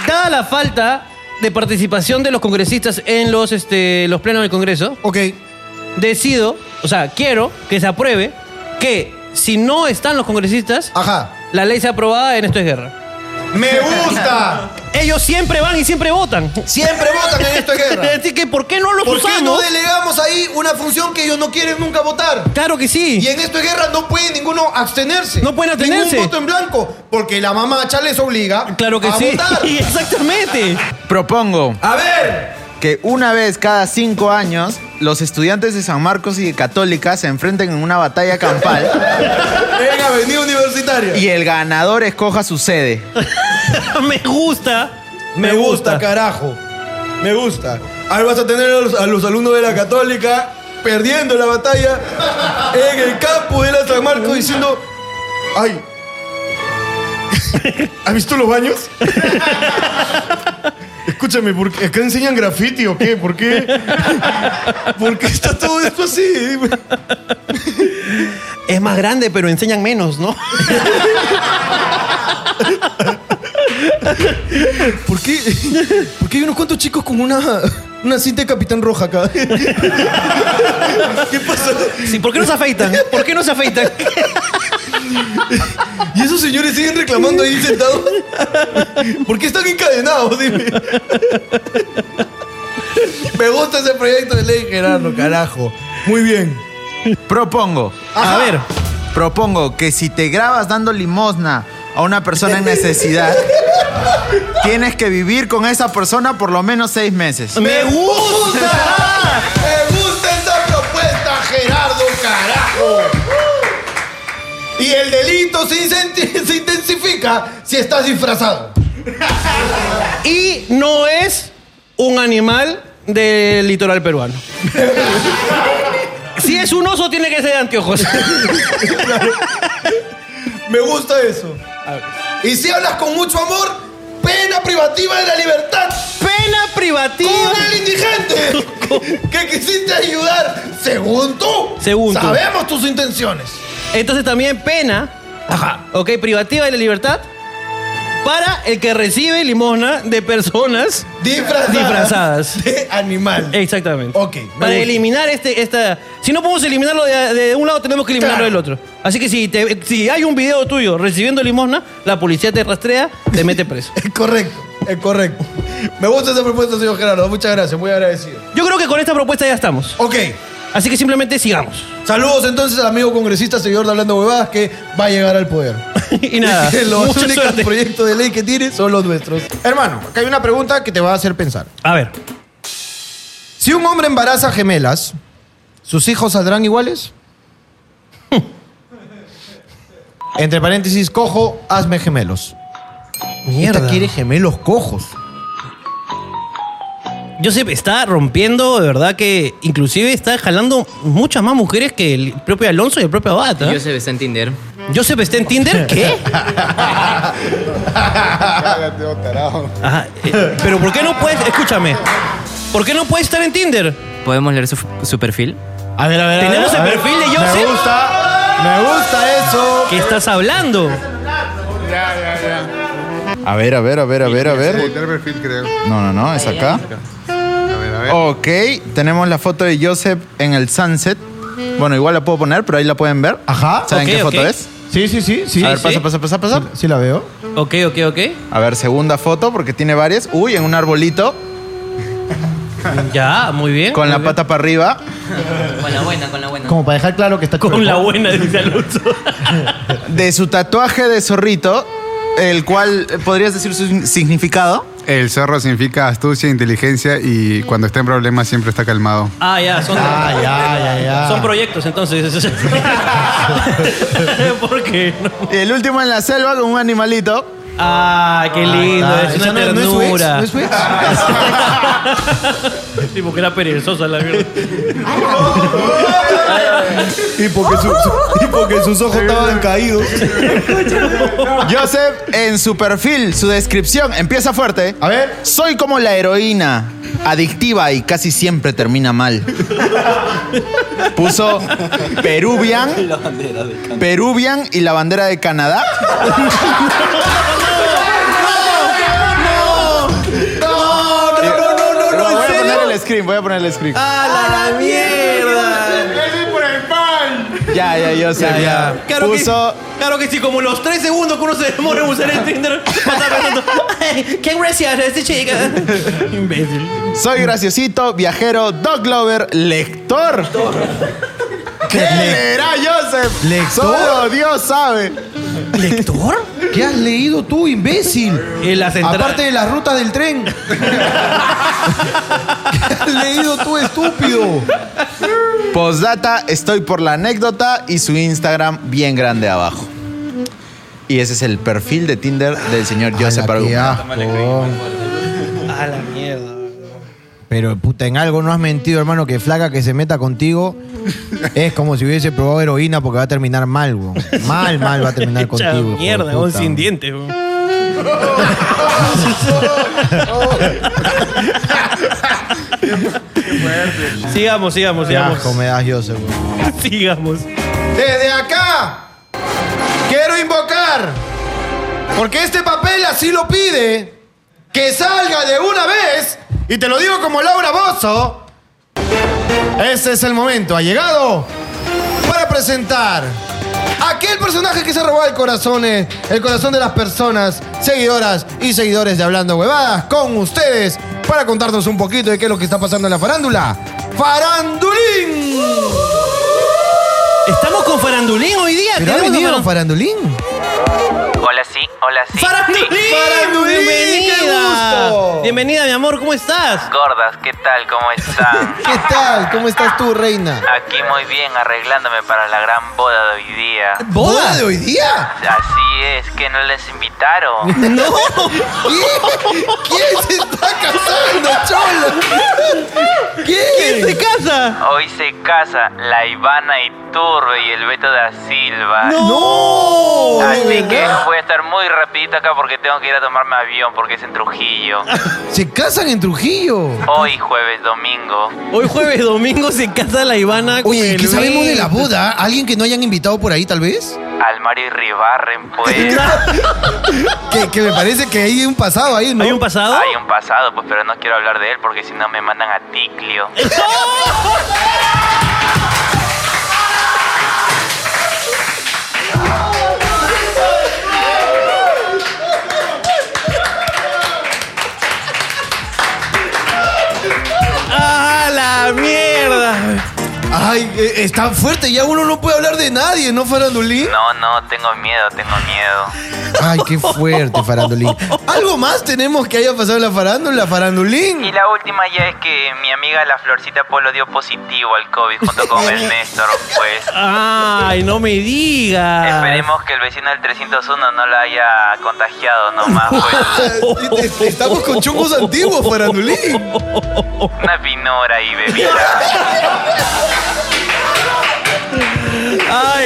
Speaker 1: Dada la falta de participación de los congresistas en los, este, los plenos del Congreso,
Speaker 2: Ok.
Speaker 1: decido, o sea, quiero que se apruebe que si no están los congresistas,
Speaker 2: Ajá.
Speaker 1: la ley sea aprobada en Esto es Guerra.
Speaker 2: ¡Me gusta!
Speaker 1: Ellos siempre van y siempre votan.
Speaker 2: Siempre votan en esta guerra.
Speaker 1: Así que, ¿por qué no los
Speaker 2: ¿Por qué no
Speaker 1: usamos?
Speaker 2: delegamos ahí una función que ellos no quieren nunca votar?
Speaker 1: Claro que sí.
Speaker 2: Y en esta guerra no puede ninguno abstenerse.
Speaker 1: No pueden abstenerse.
Speaker 2: Ningún voto en blanco. Porque la mamacha les obliga
Speaker 1: Claro que
Speaker 2: a
Speaker 1: sí.
Speaker 2: votar.
Speaker 1: Exactamente.
Speaker 6: Propongo
Speaker 2: A ver.
Speaker 6: que una vez cada cinco años los estudiantes de San Marcos y de Católica se enfrenten en una batalla campal
Speaker 2: En Avenida Universitaria.
Speaker 6: y el ganador escoja su sede.
Speaker 1: me gusta.
Speaker 2: Me gusta, carajo. Me gusta. Ahí vas a tener a los, a los alumnos de la Católica perdiendo la batalla en el campo de la San Marcos diciendo, ay, ¿has visto los baños? Escúchame, ¿por qué, ¿acá enseñan graffiti o qué? ¿Por qué? ¿Por qué está todo esto así?
Speaker 1: Es más grande, pero enseñan menos, ¿no?
Speaker 2: ¿Por qué? ¿Por qué hay unos cuantos chicos con una, una cinta de Capitán Roja acá? ¿Qué pasa?
Speaker 1: Sí, ¿por qué no se afeitan? ¿Por qué no se afeitan?
Speaker 2: Y esos señores siguen reclamando ahí sentados. ¿Por qué están encadenados? Dime. Me gusta ese proyecto de ley, Gerardo, carajo. Muy bien.
Speaker 6: Propongo,
Speaker 1: A ver.
Speaker 6: propongo que si te grabas dando limosna a una persona en necesidad, tienes que vivir con esa persona por lo menos seis meses.
Speaker 1: Me
Speaker 2: gusta! ¡Me gusta esa propuesta, Gerardo, carajo! Y el delito se, incenti- se intensifica si estás disfrazado.
Speaker 1: Y no es un animal del litoral peruano. Si es un oso, tiene que ser de anteojos.
Speaker 2: Me gusta eso. Y si hablas con mucho amor, pena privativa de la libertad.
Speaker 1: Pena privativa.
Speaker 2: con el indigente que quisiste ayudar según tú.
Speaker 1: Según tú.
Speaker 2: Sabemos tus intenciones.
Speaker 1: Entonces también pena. Ajá. Ok, privativa de la libertad. Para el que recibe limosna de personas.
Speaker 2: Disfrazadas.
Speaker 1: Disfrazadas. Eh.
Speaker 2: De animal.
Speaker 1: Exactamente.
Speaker 2: Ok, me
Speaker 1: Para
Speaker 2: gusta.
Speaker 1: eliminar este, esta. Si no podemos eliminarlo de, de un lado, tenemos que eliminarlo
Speaker 2: Claro.
Speaker 1: del otro. Así que si, te- si hay un video tuyo recibiendo limosna, la policía te rastrea, te mete preso.
Speaker 2: Es correcto, es correcto. Me gusta esa propuesta, señor Gerardo. Muchas gracias, muy agradecido.
Speaker 1: Yo creo que con esta propuesta ya estamos.
Speaker 2: Ok.
Speaker 1: Así que simplemente sigamos.
Speaker 2: Saludos entonces al amigo congresista, señor de Hablando Huevadas, que va a llegar al poder.
Speaker 1: y nada.
Speaker 2: los
Speaker 1: mucha
Speaker 2: únicos
Speaker 1: suerte.
Speaker 2: proyectos de ley que tiene son los nuestros. Hermano, acá hay una pregunta que te va a hacer pensar.
Speaker 1: A ver.
Speaker 2: Si un hombre embaraza gemelas, ¿sus hijos saldrán iguales? Entre paréntesis, cojo, hazme gemelos. Esta quiere gemelos cojos.
Speaker 1: Joseph está rompiendo, de verdad que inclusive está jalando muchas más mujeres que el propio Alonso y el propio Abad. ¿ah?
Speaker 8: Yo se besé en Tinder.
Speaker 1: Joseph está en Tinder, ¿qué? Ajá, eh, Pero ¿por qué no puedes, escúchame, ¿por qué no puedes estar en Tinder?
Speaker 8: ¿Podemos leer su, su perfil?
Speaker 9: A ver, a ver. a ver,
Speaker 1: Tenemos
Speaker 9: a
Speaker 1: el
Speaker 9: ver.
Speaker 1: perfil de
Speaker 6: Me
Speaker 1: Joseph.
Speaker 6: gusta, me gusta eso.
Speaker 1: ¿Qué estás hablando?
Speaker 6: A ver, a ver, a ver, a ver, a ver.
Speaker 10: Voltear perfil, creo.
Speaker 6: No, no, no, es acá.
Speaker 10: A ver, a ver.
Speaker 6: Ok, tenemos la foto de Joseph en el sunset. Bueno, igual la puedo poner, pero ahí la pueden ver.
Speaker 2: Ajá.
Speaker 6: ¿Saben
Speaker 1: Ok,
Speaker 6: qué
Speaker 1: ok.
Speaker 6: foto es?
Speaker 2: Sí, sí, sí, sí.
Speaker 6: a ver, pasa, pasa, pasa, pasa.
Speaker 2: Sí la veo.
Speaker 1: Ok, ok, ok.
Speaker 6: A ver, segunda foto, porque tiene varias. Uy, en un arbolito,
Speaker 1: Ya, muy bien.
Speaker 6: con la
Speaker 1: muy bien.
Speaker 6: pata para arriba.
Speaker 8: Con la buena, con la buena.
Speaker 9: Como para dejar claro que está
Speaker 1: Con la buena, dice Alonso.
Speaker 6: De su tatuaje de zorrito, el cual, eh, ¿podrías decir su significado?
Speaker 10: El zorro significa astucia, inteligencia y cuando está en problemas siempre está calmado.
Speaker 1: Ah, ya, son,
Speaker 9: Ah, ya, ya, ya.
Speaker 1: son proyectos entonces. ¿Por qué no?
Speaker 6: Y el último en la selva con un animalito.
Speaker 1: Ah, qué lindo,
Speaker 9: Ah,
Speaker 1: es una
Speaker 9: ¿esa no- no es su ex?
Speaker 1: ternura.
Speaker 9: ¿No es su ex?
Speaker 1: Tipo que era perezosa la verdad.
Speaker 2: Y porque, su- su- y porque sus ojos estaban caídos.
Speaker 6: Joseph, en su perfil, su descripción, empieza fuerte. ¿eh?
Speaker 2: A ver.
Speaker 6: Soy como la heroína, adictiva y casi siempre termina mal. Puso Peruvian, Peruvian y la bandera de Canadá. No, no, no, no, no, no, Voy a poner el screen, voy a poner el screen.
Speaker 2: Ah.
Speaker 1: ¡A la mierda!
Speaker 6: Ya, ya, Joseph, ya.
Speaker 1: Claro,
Speaker 6: Puso
Speaker 1: que, claro que sí, como los tres segundos que uno se demora en usar el Tinder, pasa pensando, "Ay, ¡Qué graciosa esta chica! Imbécil.
Speaker 6: Soy graciosito, viajero, dog lover, lector. ¿Qué leerá Joseph?
Speaker 2: ¿Lector?
Speaker 6: Solo Dios sabe.
Speaker 1: ¿Lector?
Speaker 2: ¿Qué has leído tú, imbécil?
Speaker 1: En las entradas.
Speaker 2: Aparte de las rutas del tren. ¿Qué has leído tú, estúpido?
Speaker 6: Postdata, estoy por la anécdota y su Instagram bien grande abajo. Y ese es el perfil de Tinder del señor Joseph
Speaker 2: Ala, qué
Speaker 6: Argumento.
Speaker 2: asco.
Speaker 1: A la mierda.
Speaker 2: Pero puta, en algo no has mentido, hermano, que flaca que se meta contigo es como si hubiese probado heroína porque va a terminar mal, weón. Mal, mal va a terminar
Speaker 1: Echa
Speaker 2: contigo. hijo de
Speaker 1: mierda,
Speaker 2: puta,
Speaker 1: un sin
Speaker 2: weón.
Speaker 1: dientes. weón. sigamos, sigamos,
Speaker 2: Qué
Speaker 1: sigamos.
Speaker 2: asco me das, Joseph, weón.
Speaker 1: Sigamos.
Speaker 4: Desde acá quiero invocar, porque este papel así lo pide, que salga de una vez, y te lo digo como Laura Bozo. Este es el momento, ha llegado para presentar a aquel personaje que se robó el corazón, eh, el corazón de las personas, seguidoras y seguidores de Hablando Huevadas, con ustedes, para contarnos un poquito de qué es lo que está pasando en la farándula. ¡Farandulín!
Speaker 1: Estamos con Farandulín hoy día.
Speaker 2: Pero ha
Speaker 1: tenemos a
Speaker 2: venido
Speaker 1: Faran-
Speaker 2: farandulín.
Speaker 8: Hola, sí, hola, sí.
Speaker 1: Farandulín.
Speaker 4: Farandulín,
Speaker 1: Bienvenida.
Speaker 4: qué gusto.
Speaker 1: Bienvenida, mi amor, ¿cómo estás?
Speaker 8: Gordas, ¿qué tal? ¿Cómo están?
Speaker 2: ¿Qué tal? ¿Cómo estás tú, reina?
Speaker 8: Aquí muy bien, arreglándome para la gran boda de hoy día.
Speaker 2: ¿Boda de hoy día?
Speaker 8: Así es, que no les invitaron.
Speaker 1: No.
Speaker 4: ¿Quién se está casando, cholo?
Speaker 1: ¿Quién se casa?
Speaker 8: Hoy se casa la Ivana Iturbe y el Beto da Silva.
Speaker 1: No.
Speaker 8: Así que voy a estar muy rapidito acá porque tengo que ir a tomarme avión porque es en Trujillo.
Speaker 2: Se casan en Trujillo.
Speaker 8: Hoy jueves, domingo.
Speaker 1: Hoy jueves, domingo se casa la Ivana. con
Speaker 2: Oye, ¿y
Speaker 1: el
Speaker 2: ¿qué sabemos de la
Speaker 1: Beto?
Speaker 2: boda? ¿Alguien que no hayan invitado por ahí, tal vez?
Speaker 8: Al Mario Ribarren, pues.
Speaker 2: Que, que me parece que hay un pasado ahí, ¿no?
Speaker 1: ¿Hay un pasado?
Speaker 8: Hay un pasado, pues, pero no quiero hablar de él porque si no me mandan a Ticlio.
Speaker 1: ¡A la mierda!
Speaker 2: Ah, Ay, eh, es tan fuerte, ya uno no puede hablar de nadie, ¿no, Farandulín?
Speaker 8: No, no, tengo miedo, tengo miedo.
Speaker 2: Ay, qué fuerte, Farandulín. ¿Algo más tenemos que haya pasado en la farándula, Farandulín?
Speaker 8: Y la última ya es que mi amiga la Florcita Polo dio positivo al COVID junto con el Néstor, pues.
Speaker 1: Ay, no me digas.
Speaker 8: Esperemos que el vecino del 301 no la haya contagiado nomás, pues.
Speaker 2: Eh, Estamos con chungos antiguos, Farandulín.
Speaker 8: Una pinora y bebida.
Speaker 1: Ay,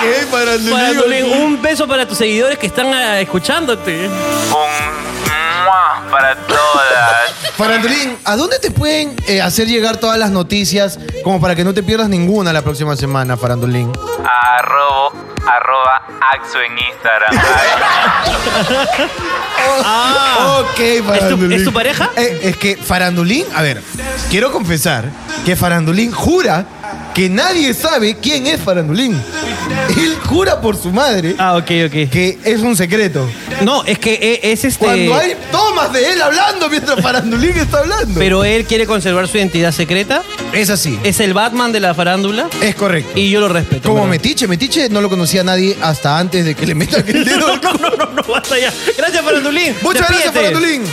Speaker 2: ¿Qué,
Speaker 1: Farandulín,
Speaker 2: Farandulín?
Speaker 1: un beso para tus seguidores que están ah, escuchándote.
Speaker 8: Un mua para todas.
Speaker 2: Farandulín, ¿a dónde te pueden eh, hacer llegar todas las noticias como para que no te pierdas ninguna la próxima semana, Farandulín?
Speaker 8: Arrobo, arroba Axo en Instagram. Ay,
Speaker 1: Ah,
Speaker 2: ok,
Speaker 1: ¿Es tu- es tu pareja?
Speaker 2: Eh, es que Farandulín, a ver, quiero confesar que Farandulín jura que nadie sabe quién es Farandulín. Él jura por su madre
Speaker 1: Ah, ok, ok.
Speaker 2: que es un secreto.
Speaker 1: No, es que eh, es este.
Speaker 2: Cuando hay tomas de él hablando mientras Farandulín está hablando.
Speaker 1: Pero él quiere conservar su identidad secreta.
Speaker 2: es así,
Speaker 1: Es el Batman de la farándula.
Speaker 2: es correcto.
Speaker 1: Y yo lo respeto.
Speaker 2: Como
Speaker 1: en verdad.
Speaker 2: Metiche, Metiche no lo conocía nadie hasta antes de que le metan el dedo. al culo.
Speaker 1: No, no, no, basta ya. Gracias, Farandulín.
Speaker 2: Muchas gracias,
Speaker 1: Despídete.
Speaker 2: Farandulín.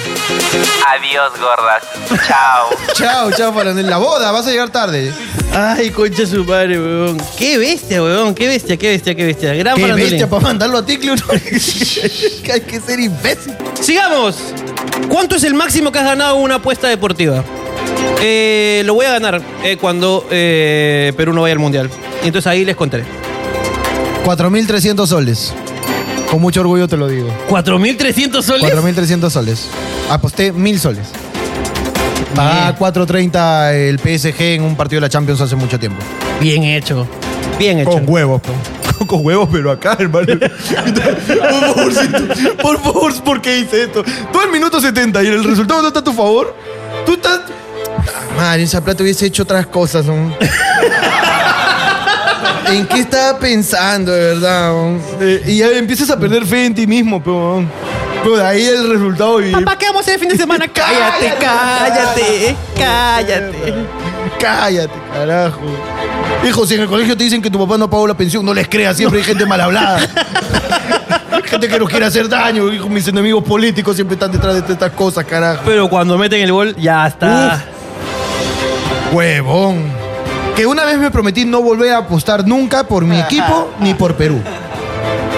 Speaker 8: Adiós, gordas. Chao.
Speaker 2: Chao, chao, Farandulín. La boda, vas a llegar tarde.
Speaker 1: Ay, concha su madre, weón. Qué bestia, weón. Qué bestia, qué bestia, qué bestia. Gran
Speaker 2: Qué
Speaker 1: Farandulín.
Speaker 2: bestia para mandarlo a ti, Cluno. Hay que ser imbécil.
Speaker 1: Sigamos. ¿Cuánto es el máximo que has ganado en una apuesta deportiva? Eh, lo voy a ganar eh, cuando eh, Perú no vaya al mundial. Y entonces ahí les contaré.
Speaker 2: 4.300 soles. Con mucho orgullo te lo digo.
Speaker 1: 4.300 soles.
Speaker 2: 4.300 soles. Ah, Aposté 1.000 soles. Pagaba 4.30 el PSG en un partido de la Champions hace mucho tiempo.
Speaker 1: Bien hecho. Bien hecho.
Speaker 2: Con huevos. po. Con huevos, pero acá, hermano. por favorcito, por favor, ¿por qué hice esto? Tú al minuto 70 y el resultado no está a tu favor. Tú estás... Ah, Madre, esa plata hubiese hecho otras cosas. ¿no? ¿En qué estaba pensando, de verdad? ¿no? Eh, y ya empiezas a perder fe en ti mismo, pero... Pero de ahí el resultado y...
Speaker 1: Papá, ¿qué vamos a hacer el fin de semana? cállate, cállate, cállate.
Speaker 2: Cállate, carajo. Hijo, si en el colegio te dicen que tu papá no pagó la pensión, no les creas, siempre hay gente mal hablada. gente que nos quiere hacer daño, hijo, mis enemigos políticos siempre están detrás de todas estas cosas, carajo.
Speaker 1: Pero cuando meten el gol, ya está.
Speaker 2: Huevón. Que una vez me prometí no volver a apostar nunca por mi equipo ni por Perú.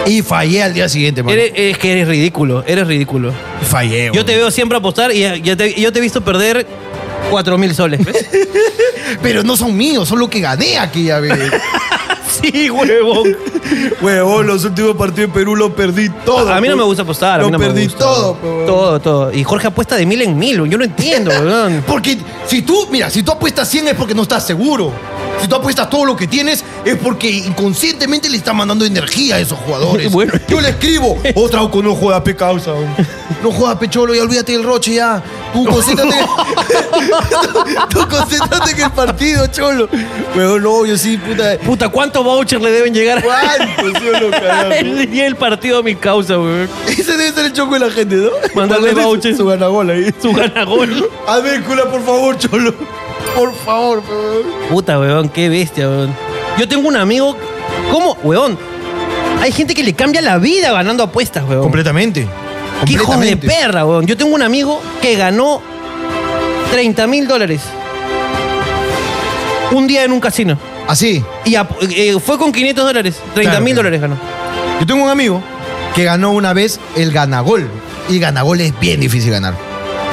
Speaker 2: Y fallé al día siguiente, mano.
Speaker 1: Eres- es que eres ridículo, eres ridículo.
Speaker 2: Fallé.
Speaker 1: Yo te veo siempre apostar y yo te, yo te he visto perder 4 mil soles. ¿ves?
Speaker 2: Pero no son míos, son lo que gané aquí, ya ves.
Speaker 1: sí, huevón.
Speaker 2: Huevón, los últimos partidos en Perú lo perdí pues. todo.
Speaker 1: A mí no me gusta apostar. a
Speaker 2: Lo
Speaker 1: mí no me
Speaker 2: perdí
Speaker 1: gusta.
Speaker 2: todo, pues. huevón.
Speaker 1: Todo, todo. Y Jorge apuesta de mil en mil. Yo no entiendo, huevón.
Speaker 2: Porque si tú, mira, si tú apuestas 100 es porque no estás seguro. Si tú apuestas todo lo que tienes es porque inconscientemente le estás mandando energía a esos jugadores.
Speaker 1: Bueno.
Speaker 2: Yo le escribo, otra Oco no juega pe causa. hombre. No juega pecholo, ya olvídate del roche ya. Tú concéntrate. tú, tú concéntrate en el partido, cholo. Pero no, yo sí, puta.
Speaker 1: Puta, ¿cuántos vouchers le deben llegar a
Speaker 2: ¿Cuánto, sí o no, carajo?
Speaker 1: el día del partido a mi causa, huevón?
Speaker 2: Ese debe ser el choco de la gente, ¿no?
Speaker 1: Mandarle
Speaker 2: Mandarle su-
Speaker 1: vouchers.
Speaker 2: Su ganagol ahí.
Speaker 1: Su ganagol.
Speaker 2: Hazme el culo, por favor, cholo. Por favor, por favor.
Speaker 1: Puta, weón, qué bestia, weón. Yo tengo un amigo. ¿Cómo, weón? Hay gente que le cambia la vida ganando apuestas, weón.
Speaker 2: Completamente.
Speaker 1: Qué hijos de
Speaker 2: Completamente.
Speaker 1: perra, weón. Yo tengo un amigo que ganó 30 mil dólares. Un día en un casino.
Speaker 2: Así.
Speaker 1: Y ap- eh, fue con 500 dólares. 30 mil
Speaker 2: Claro,
Speaker 1: dólares ganó.
Speaker 2: Yo tengo un amigo que ganó una vez el ganagol. Y ganagol es bien difícil ganar.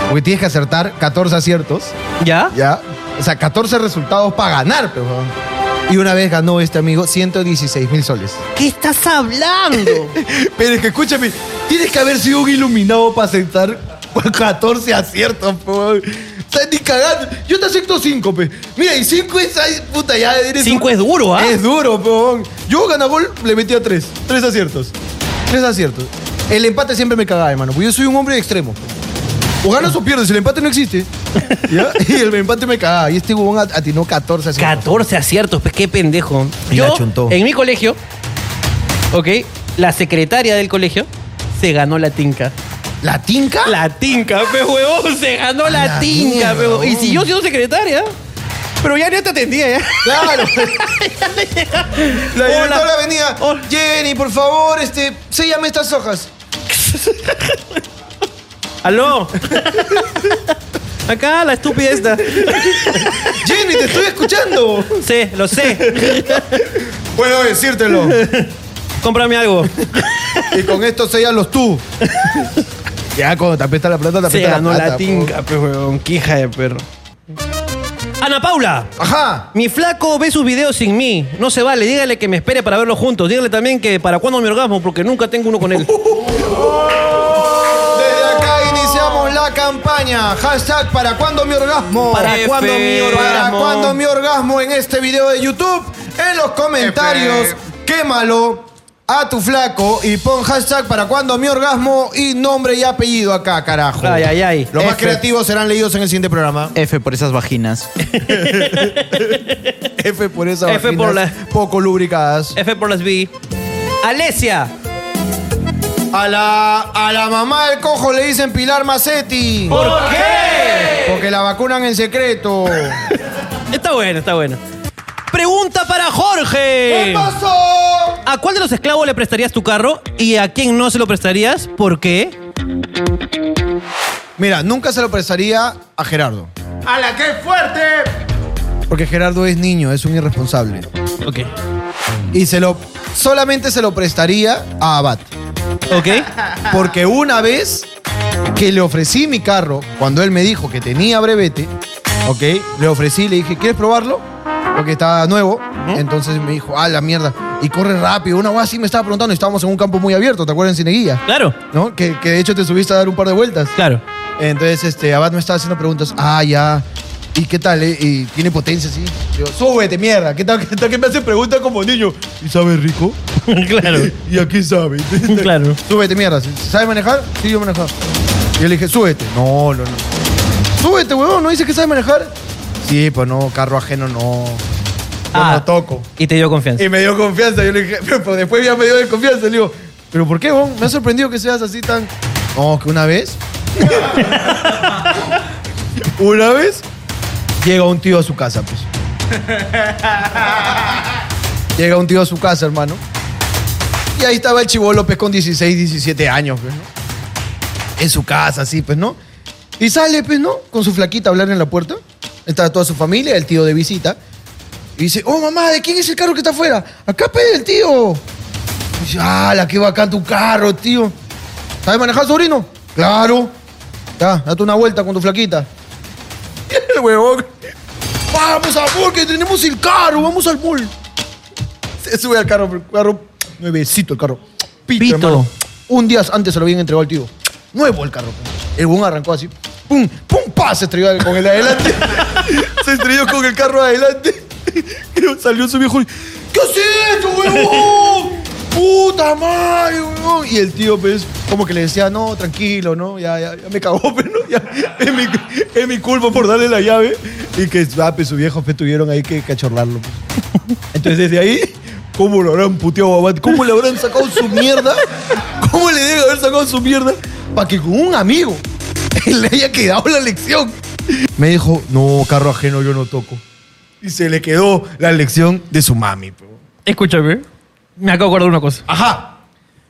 Speaker 2: Porque tienes que acertar 14 aciertos,
Speaker 1: ¿Ya?
Speaker 2: ¿ya? O sea, 14 resultados para ganar, pero. Y una vez ganó este amigo 116 mil soles.
Speaker 1: ¿Qué estás hablando?
Speaker 2: Pero es que escúchame, tienes que haber sido un iluminado para aceptar 14 aciertos, po. O sea, ni cagando. Yo te acepto 5, pe. Mira, y 5 es. ay, puta, ya eres.
Speaker 1: Cinco
Speaker 2: un-
Speaker 1: es duro, ¿ah?
Speaker 2: Es duro, po. Yo ganagol le metía 3. 3 aciertos. 3 aciertos. El empate siempre me cagaba, hermano. Porque yo soy un hombre de extremo. O ganas o pierdes, el empate no existe. ¿Ya? Y el empate me cagaba. Y este huevón at- atinó 14 aciertos.
Speaker 1: 14 aciertos, pues qué pendejo.
Speaker 2: Y la
Speaker 1: Yo,
Speaker 2: chuntó.
Speaker 1: en mi colegio, ok, la secretaria del colegio se ganó la tinca.
Speaker 2: ¿La tinca?
Speaker 1: La tinca, pe huevón, se ganó la,
Speaker 2: la
Speaker 1: tinca,
Speaker 2: mierda,
Speaker 1: pe huevón. Y si yo
Speaker 2: huevón.
Speaker 1: siendo secretaria, Pero ya ni te atendía, ya.
Speaker 2: Claro. La
Speaker 1: Hola.
Speaker 2: directora venía. Jenny, por favor, este, séllame estas hojas.
Speaker 1: ¡Aló! Acá la estúpida esta.
Speaker 2: Jenny, te estoy escuchando.
Speaker 1: Sí, lo sé.
Speaker 2: Puedo decírtelo.
Speaker 1: Cómprame algo.
Speaker 2: Y con esto séllalos tú. Ya, cuando te aprieta la plata, te
Speaker 1: Se
Speaker 2: aprieta la
Speaker 1: ganó
Speaker 2: plata.
Speaker 1: la tinga, pues, weón. Qué hija de perro. Ana Paula.
Speaker 2: po. Ajá.
Speaker 1: Mi flaco ve sus videos sin mí. No se vale. Dígale que me espere para verlos juntos. Dígale también que para cuándo mi orgasmo, porque nunca tengo uno con él.
Speaker 2: Desde acá iniciamos la campaña. Hashtag para cuando mi orgasmo.
Speaker 1: ¿Para cuándo mi
Speaker 2: Para
Speaker 1: orgasmo?
Speaker 2: cuando mi orgasmo en este video de YouTube. En los comentarios, quémalo a tu flaco y pon hashtag para cuando mi orgasmo y nombre y apellido acá, carajo.
Speaker 1: Ay, ay, ay.
Speaker 2: Los más
Speaker 6: F.
Speaker 2: creativos serán leídos en el siguiente programa.
Speaker 6: F por esas vaginas.
Speaker 2: F por esas
Speaker 1: F por
Speaker 2: vaginas poco lubricadas.
Speaker 1: F por las B. Alesia.
Speaker 2: A la, a la mamá del cojo le dicen Pilar Macetti.
Speaker 1: ¿Por qué?
Speaker 2: Porque la vacunan en secreto.
Speaker 1: Está bueno, está bueno. Pregunta para Jorge.
Speaker 2: ¿Qué pasó?
Speaker 1: ¿A cuál de los esclavos le prestarías tu carro y a quién no se lo prestarías? ¿Por qué?
Speaker 2: Mira, nunca se lo prestaría a Gerardo.
Speaker 6: ¡Hala, qué fuerte!
Speaker 2: Porque Gerardo es niño, es un irresponsable.
Speaker 1: Ok.
Speaker 2: Y se lo. Solamente se lo prestaría a Abad.
Speaker 1: Ok.
Speaker 2: Porque una vez que le ofrecí mi carro, cuando él me dijo que tenía brevete, ok, le ofrecí, le dije, ¿quieres probarlo? Porque estaba nuevo. Entonces me dijo, ah, la mierda. Y corre rápido. Una vez así me estaba preguntando, estábamos en un campo muy abierto, ¿te acuerdas en Cineguía?
Speaker 1: Claro,
Speaker 2: ¿No? Que, que de hecho te subiste a dar un par de vueltas.
Speaker 1: claro.
Speaker 2: Entonces, este, Abad me estaba haciendo preguntas. Ah, ya. ¿Y qué tal? eh? ¿Y tiene potencia, sí? Digo, súbete, mierda. ¿Qué tal, qué tal que me hace preguntas como niño? ¿Y sabe rico?
Speaker 1: claro,
Speaker 2: ¿Y a qué sabe?
Speaker 1: claro.
Speaker 2: súbete, mierda. ¿Sabe manejar? Sí, yo manejo. Y yo le dije, súbete. No, no, no. Súbete, huevón. ¿No dices que sabe manejar? Sí, pues no, carro ajeno no. Yo
Speaker 1: Ah.
Speaker 2: no toco.
Speaker 1: Y te dio confianza.
Speaker 2: Y me dio confianza. Yo le dije, pero pero después ya me dio desconfianza. Le digo, ¿pero por qué, vos? Me ha sorprendido que seas así tan. No, que una vez. una vez. Llega un tío a su casa, pues. llega un tío a su casa, hermano. Y ahí estaba el Chivo López con 16, 17 años, pues, ¿no? En su casa, así, pues, ¿no? Y sale, pues, ¿no? Con su flaquita a hablar en la puerta. Está toda su familia, el tío de visita. Y dice, oh mamá, ¿de quién es el carro que está afuera? Acá pide el tío. Y dice, "Ah, la qué bacán tu carro, tío! ¿Sabes manejar, sobrino? Claro. Ya, date una vuelta con tu flaquita. El huevón. Vamos, amor, que tenemos el carro, vamos al mall. Se sube al carro, pero el carro, nuevecito el carro.
Speaker 1: Pito.
Speaker 2: Pito, hermano. Un día antes se lo habían entregado al tío. Nuevo el carro. El huevón arrancó así. ¡Pum! ¡Pum! ¡Pa! Se estrelló con el adelante. se estrelló con el carro adelante. Y salió su viejo y... ¿Qué has hecho, huevón? ¡Puta madre, huevón! Y el tío, pues, como que le decía, no, tranquilo, ¿no? Ya, ya, ya me cagó, pero no, ya, es, mi, es mi culpa por darle la llave. Y que, ah, pues, sus viejos, pues, tuvieron ahí que cachorlarlo, pues. Entonces desde ahí, ¿cómo lo habrán puteado a Abad? ¿Cómo le habrán sacado su mierda? ¿Cómo le deben haber sacado su mierda? Para que con un amigo le haya quedado la lección. Me dijo, no, carro ajeno yo no toco. Y se le quedó la lección de su mami. pues. po.
Speaker 1: Escúchame. Me acabo de acordar una cosa.
Speaker 2: Ajá.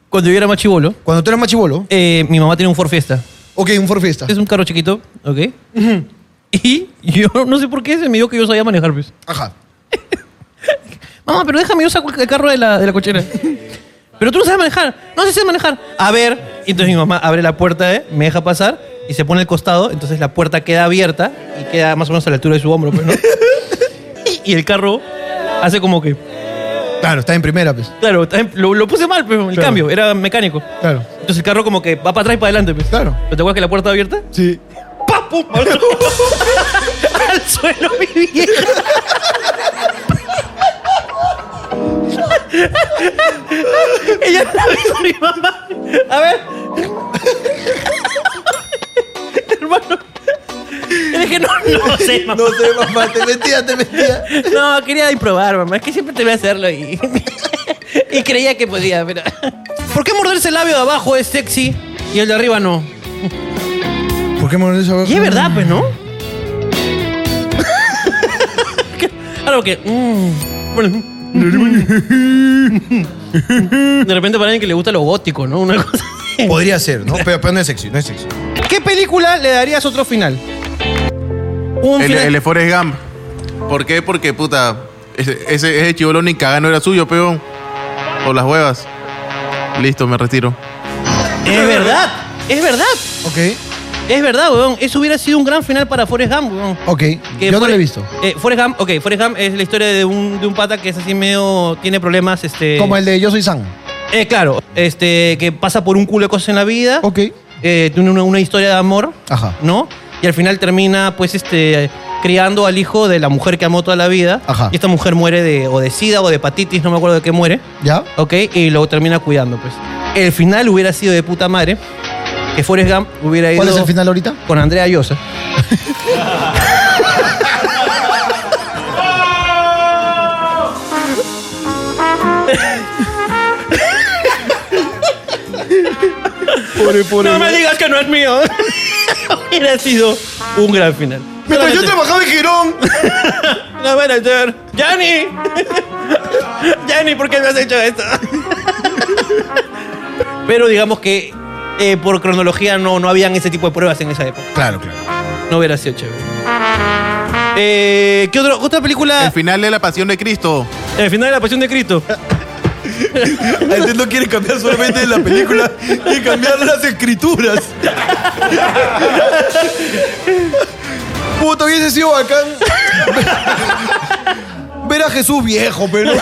Speaker 1: Cuando yo era más chivolo,
Speaker 2: Cuando tú eras machibolo,
Speaker 1: eh, mi mamá tenía un Ford Fiesta.
Speaker 2: ok, un Ford Fiesta.
Speaker 1: Es un carro chiquito, ¿ok? Y yo no sé por qué se me dio que yo sabía manejar, pues.
Speaker 2: Ajá.
Speaker 1: Mamá, pero déjame, yo saco el carro de la, de la cochera. Pero tú no sabes manejar. No sé si sabes manejar. A ver. Y entonces mi mamá abre la puerta, ¿eh? me deja pasar y se pone al costado. Entonces la puerta queda abierta y queda más o menos a la altura de su hombro, pues, ¿no? y, y el carro hace como que.
Speaker 2: Claro, está en primera, pues.
Speaker 1: Claro, también lo, lo puse mal, pero el
Speaker 2: Claro.
Speaker 1: cambio era mecánico.
Speaker 2: Claro.
Speaker 1: Entonces el carro como que va para atrás y para adelante, pues.
Speaker 2: Claro.
Speaker 1: ¿Pero te acuerdas que la puerta abierta?
Speaker 2: Sí.
Speaker 1: ¡Pam, pum! Al suelo, Al suelo, mi vieja. Ella la hizo mi mamá. A ver. Hermano. Le dije, no, no sé, mamá.
Speaker 2: No sé, mamá, te metía, te metía.
Speaker 1: No, quería probar, mamá. Es que siempre te voy a hacerlo y. y creía que podía, pero. ¿Por qué morderse el labio de abajo es sexy y el de arriba no? pues,
Speaker 2: ¿Por qué me lo dices abajo?
Speaker 1: Y es verdad, pues, ¿no? raro que. mm, bueno, mm. De repente para alguien que le gusta lo gótico, ¿no? Una cosa. así.
Speaker 2: Podría ser, ¿no? Pero, pero no es sexy, no es sexy.
Speaker 1: ¿Qué película le darías otro final? Un
Speaker 7: El,
Speaker 1: final.
Speaker 7: el de Forrest Gump. ¿Por qué? Porque, puta, ese, ese, ese chivolo ni cagando era suyo, peón. Por las huevas. Listo, me retiro.
Speaker 1: Es verdad, es verdad.
Speaker 2: Ok,
Speaker 1: Es verdad, weón. Eso hubiera sido un gran final para Forrest Gump, weón.
Speaker 2: ok.
Speaker 1: Que
Speaker 2: Yo no lo
Speaker 1: Forrest-
Speaker 2: he visto.
Speaker 1: Eh, Forrest Gump, ok, Forrest Gump es la historia de un, de un pata que es así medio. tiene problemas, este.
Speaker 2: Como el de Yo soy Sam.
Speaker 1: Eh, claro, este, que pasa por un culo de cosas en la vida.
Speaker 2: Ok.
Speaker 1: eh, tiene una, una historia de amor,
Speaker 2: Ajá.
Speaker 1: ¿no? Y al final termina, pues, este, criando al hijo de la mujer que amó toda la vida.
Speaker 2: Ajá.
Speaker 1: Y esta mujer muere de, o de sida o de hepatitis, no me acuerdo de qué muere,
Speaker 2: ¿Ya?
Speaker 1: ¿ok? Y lo termina cuidando, pues. El final hubiera sido de puta madre, que Forrest Gump hubiera ido
Speaker 2: ¿Cuál es el final ahorita?
Speaker 1: con Andrea Llosa. no me digas que no es mío. Hubiera sido un gran final.
Speaker 4: Mientras yo
Speaker 1: Solamente-
Speaker 4: trabajaba en Girón.
Speaker 1: No van a hacer. ¡Yanni! ¡Yanni, ¿por qué me has hecho esto? Pero digamos que eh, por cronología no, no habían ese tipo de pruebas en esa época.
Speaker 2: Claro, claro.
Speaker 1: No hubiera sido chévere. Eh, ¿Qué otro- otra película?
Speaker 7: El final de la pasión de Cristo.
Speaker 1: El final de la Pasión de Cristo.
Speaker 9: Él no quiere cambiar solamente la película, quiere cambiar las escrituras.
Speaker 2: Puta, hubiese sido bacán. Ver a Jesús viejo, pero.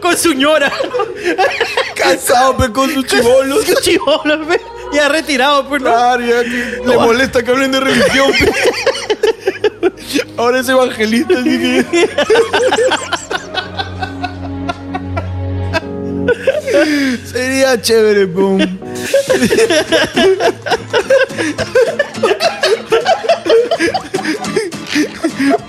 Speaker 1: Con su ñora.
Speaker 2: Casado, pero con sus
Speaker 1: Chibolos. Chibolos, ve. Ya retirado, pues no.
Speaker 2: Le molesta que hablen de religión. pe. Ahora es evangelista. así que- Sería chévere, pum.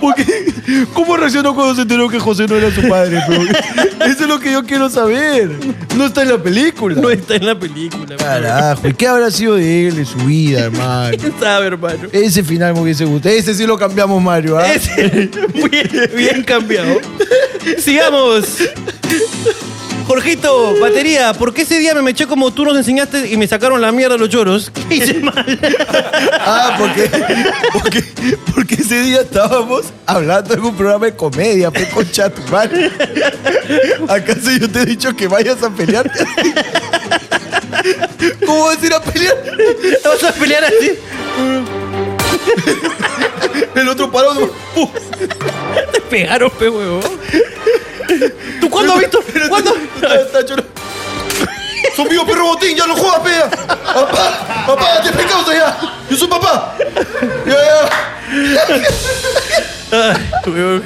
Speaker 2: Porque, ¿Cómo reaccionó cuando se enteró que José no era su padre? pe? Eso es lo que yo quiero saber. No está en la película.
Speaker 1: No está en la película.
Speaker 2: Carajo, ¿y qué habrá sido de él, de su vida, hermano?
Speaker 1: ¿Quién sabe, hermano?
Speaker 2: Ese final me hubiese gustado. Ese sí lo cambiamos, Mario. ¿ah?
Speaker 1: Ese, bien, bien cambiado. Sigamos. Jorgito, batería, ¿por qué ese día me meché como tú nos enseñaste y me sacaron la mierda los choros? ¿Qué hice mal?
Speaker 2: Ah, porque, porque, porque ese día estábamos hablando en un programa de comedia, fue con chat, madre. ¿Acaso yo te he dicho que vayas a pelearte así? ¿Cómo vas a ir a pelear?
Speaker 1: ¿Vas a pelear así?
Speaker 2: El otro parado. ¡pum!
Speaker 1: Te pegaron, pe huevo. ¿Tú cuándo has visto? ¿Cuándo?
Speaker 2: Está, está llorando. Son mío, perro botín, ya no juegas, pega. Papá, papá, te pecausa ya. Yo soy papá. Ya, ya.
Speaker 1: Ay, huevón.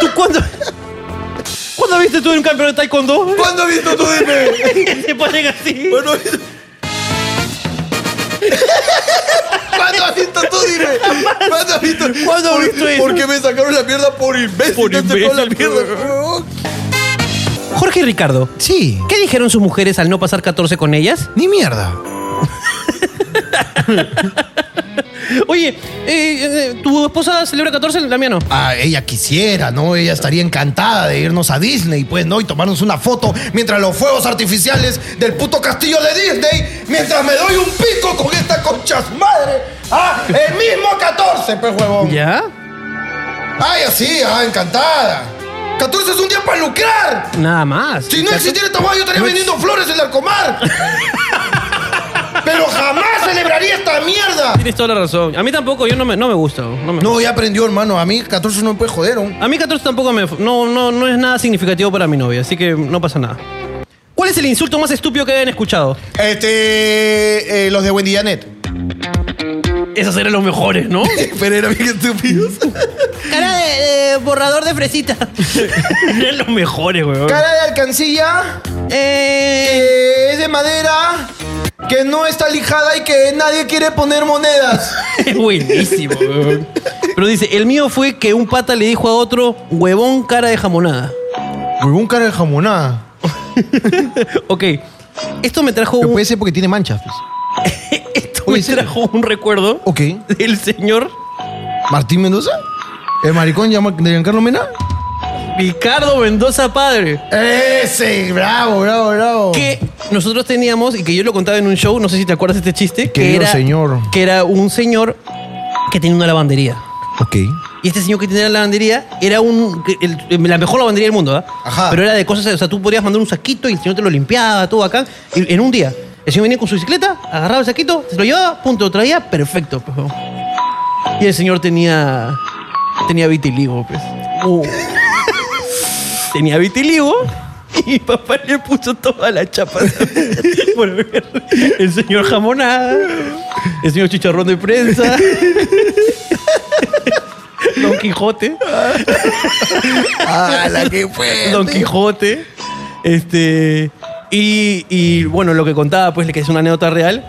Speaker 1: ¿Tú cuándo? ¿Cuándo viste tú en un campeón de taekwondo?
Speaker 2: ¿Cuándo has visto tú dime?
Speaker 1: Se ponen así.
Speaker 2: Bueno, ¿Cuándo has visto tú dime? ¿Cuándo has visto?
Speaker 1: ¿Cuándo has
Speaker 2: ¿Por-
Speaker 1: visto eso?
Speaker 2: ¿Por qué me sacaron la mierda por imbécil?
Speaker 1: Por
Speaker 2: Te sacaron la
Speaker 1: imbécil,
Speaker 2: mierda,
Speaker 1: Jorge y Ricardo,
Speaker 2: Sí,
Speaker 1: ¿qué dijeron sus mujeres al no pasar 14 con ellas?
Speaker 2: ni mierda.
Speaker 1: Oye, eh, eh, ¿tu esposa celebra 14? La mía no.
Speaker 4: Ah, ella quisiera, ¿no? Ella estaría encantada de irnos a Disney, pues, ¿no? Y tomarnos una foto mientras los fuegos artificiales del puto castillo de Disney, mientras me doy un pico con estas conchas madre. Ah, el mismo 14, pues, huevón.
Speaker 1: ¿Ya?
Speaker 4: Ay, así, ah, encantada. 14 es un día para lucrar.
Speaker 1: Nada más.
Speaker 4: Si no existiera esta guay, yo estaría vendiendo flores en el comar. Pero jamás celebraría esta mierda.
Speaker 1: Tienes toda la razón. A mí tampoco, yo no me, no me gusta. No me-
Speaker 4: No, ya aprendió, hermano. A mí 14 no me puede joder, ¿no?
Speaker 1: A mí 14 tampoco me... No, no, no es nada significativo para mi novia, así que no pasa nada. ¿Cuál es el insulto más estúpido que hayan escuchado?
Speaker 4: Este. eh, los de Wendy Janet.
Speaker 1: Esos eran los mejores, ¿no?
Speaker 2: Pero era bien estúpido.
Speaker 1: Cara de, de borrador de fresita. eran los mejores, weón.
Speaker 4: Cara de alcancilla. eh, que es de madera. Que no está lijada y que nadie quiere poner monedas.
Speaker 1: Es buenísimo, weón. Pero dice, el mío fue que un pata le dijo a otro, huevón cara de jamonada.
Speaker 2: Huevón cara de jamonada.
Speaker 1: ok. Esto me trajo un...
Speaker 2: Puede ser porque tiene manchas. pues.
Speaker 1: Esto me trajo un recuerdo del señor
Speaker 2: ¿Martín Mendoza? ¿El maricón llama- de Giancarlo Mena?
Speaker 1: Ricardo Mendoza Padre.
Speaker 2: Ese, bravo, bravo, bravo.
Speaker 1: Que nosotros teníamos, y que yo lo contaba en un show, no sé si te acuerdas de este chiste, que
Speaker 2: Querido
Speaker 1: era,
Speaker 2: señor.
Speaker 1: que era un señor que tenía una lavandería.
Speaker 2: Ok.
Speaker 1: Y este señor que tenía la lavandería era un, que el- la mejor lavandería del mundo, ¿ah?
Speaker 2: Ajá.
Speaker 1: Pero era de cosas, o sea, tú podías mandar un saquito y el señor te lo limpiaba, todo acá, y- en un día. El señor venía con su bicicleta, agarraba el saquito, se lo llevaba, punto, lo traía, perfecto. pues, weón. Y el señor tenía, tenía vitiligo, pues. Tenía vitiligo y mi papá le puso toda la chapa. Por ver, el señor jamonada, el señor chicharrón de prensa. Don Quijote.
Speaker 4: ¡Hala, qué fuerte!
Speaker 1: Don Quijote. Este. Y, y, bueno, lo que contaba, pues, que es una anécdota real,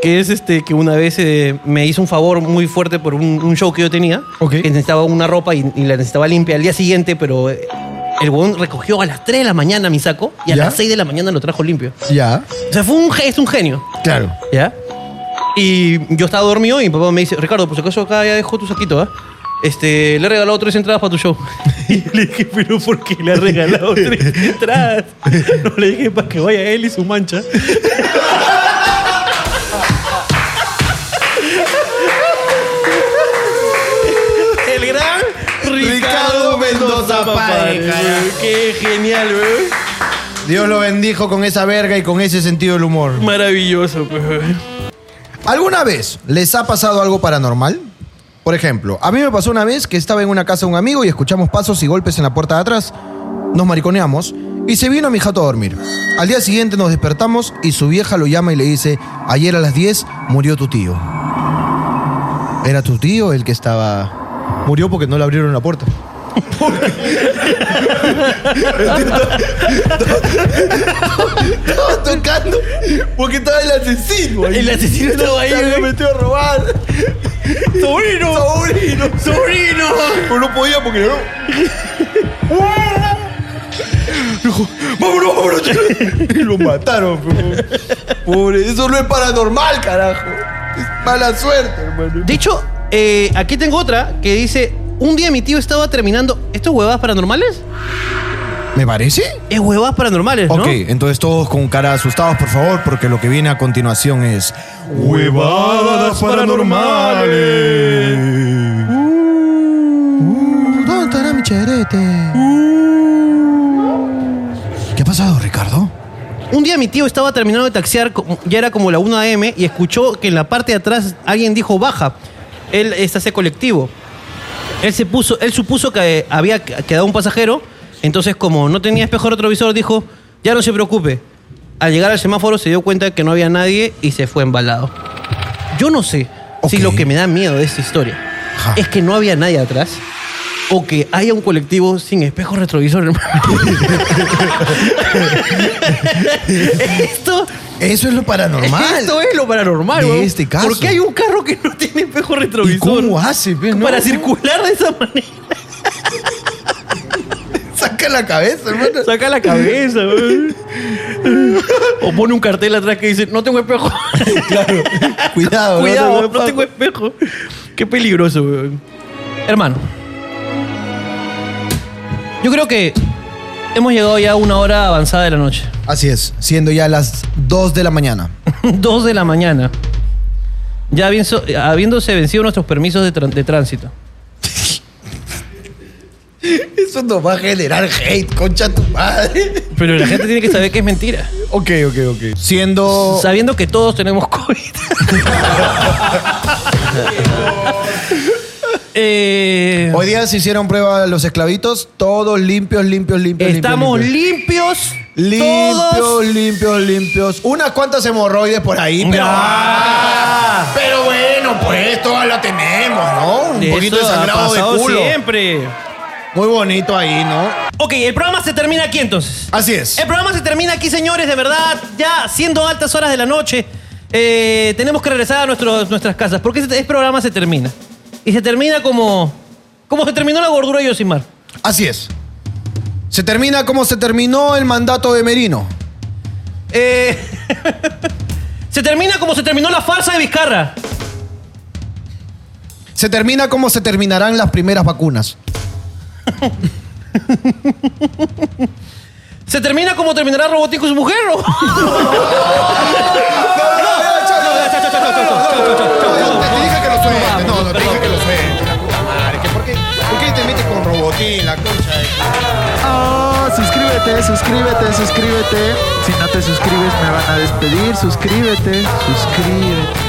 Speaker 1: que es este que una vez eh, me hizo un favor muy fuerte por un, un show que yo tenía, que necesitaba una ropa y, y la necesitaba limpia al día siguiente, pero eh, el huevón recogió a las 3 de la mañana mi saco y a
Speaker 2: ¿Ya?
Speaker 1: las 6 de la mañana lo trajo limpio.
Speaker 2: Ya.
Speaker 1: O sea, fue un, ge- es un genio.
Speaker 2: Claro.
Speaker 1: ¿Ya? Y yo estaba dormido y mi papá me dice, Ricardo, por si acaso acá ya dejó tu saquito, ¿ah? Este, le he regalado tres entradas para tu show. Y le dije, pero ¿por qué le has regalado tres entradas? No le dije para que vaya él y su mancha. El gran Ricardo Mendoza Padre. Qué genial, weón.
Speaker 2: Dios lo bendijo con esa verga y con ese sentido del humor.
Speaker 1: Maravilloso, pues. weón.
Speaker 2: ¿Alguna vez les ha pasado algo paranormal? Por ejemplo, a mí me pasó una vez que estaba en una casa de un amigo y escuchamos pasos y golpes en la puerta de atrás. Nos mariconeamos y se vino a mi jato a dormir. Al día siguiente nos despertamos y su vieja lo llama y le dice, ayer a las 10 murió tu tío. Era tu tío el que estaba... Murió porque no le abrieron la puerta.
Speaker 4: Estaba tocando porque estaba el asesino ahí.
Speaker 1: El asesino estaba ahí,
Speaker 4: Se había
Speaker 1: güey.
Speaker 4: metido a robar.
Speaker 1: ¡Sobrino!
Speaker 4: ¡Sobrino!
Speaker 1: ¡Sobrino!
Speaker 4: Pero no podía porque no. Dijo, vámonos, vámonos. chico". Y lo mataron, po. Pobre, eso no es paranormal, carajo. Es mala suerte, hermano.
Speaker 1: De hecho, eh, aquí tengo otra que dice: Un día mi tío estaba terminando. ¿Esto es huevadas paranormales?
Speaker 2: ¿Me parece?
Speaker 1: Es huevadas paranormales, ¿no?
Speaker 2: Ok, entonces todos con cara asustados, por favor, porque lo que viene a continuación es...
Speaker 9: Huevadas paranormales.
Speaker 4: Uh.
Speaker 2: ¿Dónde estará mi cherete?
Speaker 4: Uh.
Speaker 2: ¿Qué ha pasado, Ricardo?
Speaker 1: Un día mi tío estaba terminando de taxiar, como- ya era como la 1 a.m., y escuchó que en la parte de atrás alguien dijo baja. Él está ese colectivo. Él, se puso, él supuso que eh, había qu- quedado un pasajero, entonces, como no tenía espejo retrovisor, dijo: Ya no se preocupe. Al llegar al semáforo se dio cuenta de que no había nadie y se fue embalado. Yo no sé si lo que me da miedo de esta historia es que no había nadie atrás o que haya un colectivo sin espejo retrovisor, hermano. Esto.
Speaker 2: Eso es lo paranormal.
Speaker 1: Esto es lo paranormal,
Speaker 2: De
Speaker 1: weón.
Speaker 2: este caso.
Speaker 1: ¿Por qué hay un carro que no tiene espejo
Speaker 2: ¿Y
Speaker 1: retrovisor?
Speaker 2: cómo hace? pe? No,
Speaker 1: Para
Speaker 2: no.
Speaker 1: circular de esa manera.
Speaker 2: Saca la cabeza, hermano.
Speaker 1: Saca la cabeza, weón. O pone un cartel atrás que dice, no tengo espejo.
Speaker 2: Cuidado,
Speaker 1: Cuidado,
Speaker 2: no
Speaker 1: no tengo espejo. Qué peligroso, weón. Hermano. Yo creo que hemos llegado ya a una hora avanzada de la noche.
Speaker 2: Así es, siendo ya las 2 de la mañana.
Speaker 1: Dos de la mañana. Ya habienso- habiéndose vencido nuestros permisos de, tran- de tránsito.
Speaker 4: Eso nos va a generar hate, concha tu madre.
Speaker 1: Pero la gente tiene que saber que es mentira.
Speaker 2: Ok, ok, ok. Siendo.
Speaker 1: Sabiendo que todos tenemos COVID. Eh,
Speaker 2: Hoy día se hicieron pruebas los esclavitos, todos limpios, limpios, limpios. limpios,
Speaker 1: estamos
Speaker 2: limpios.
Speaker 1: limpios.
Speaker 2: Limpios,
Speaker 1: todos.
Speaker 2: limpios, limpios. Unas cuantas hemorroides por ahí, pero.
Speaker 1: Ah.
Speaker 2: Pero bueno, pues todas la tenemos, ¿no? Un poquito de
Speaker 1: Eso ha
Speaker 2: sangrado de
Speaker 1: pasado
Speaker 2: culo.
Speaker 1: siempre.
Speaker 2: Muy bonito ahí, ¿no?
Speaker 1: Ok, el programa se termina aquí entonces.
Speaker 2: Así es.
Speaker 1: El programa se termina aquí, señores, de verdad, ya siendo altas horas de la noche, eh, tenemos que regresar a nuestros- nuestras casas, porque este, este programa se termina. Y se termina como, como se terminó la gordura de Yosimar.
Speaker 2: Así es. ¿Se termina como se terminó el mandato de Merino?
Speaker 1: Eh, se termina como se terminó la farsa de Vizcarra.
Speaker 2: ¿Se termina como se terminarán las primeras vacunas?
Speaker 1: Se termina como terminará Robotico y su mujer. ¿o?
Speaker 4: Te dije que lo suelte. No, no, te dije que lo suelte. La puta madre. que ¿Por qué, por qué te metes con robotín, la concha? de-
Speaker 6: Ah, suscríbete, suscríbete, suscríbete. Si no te suscribes me van a despedir. Suscríbete, suscríbete.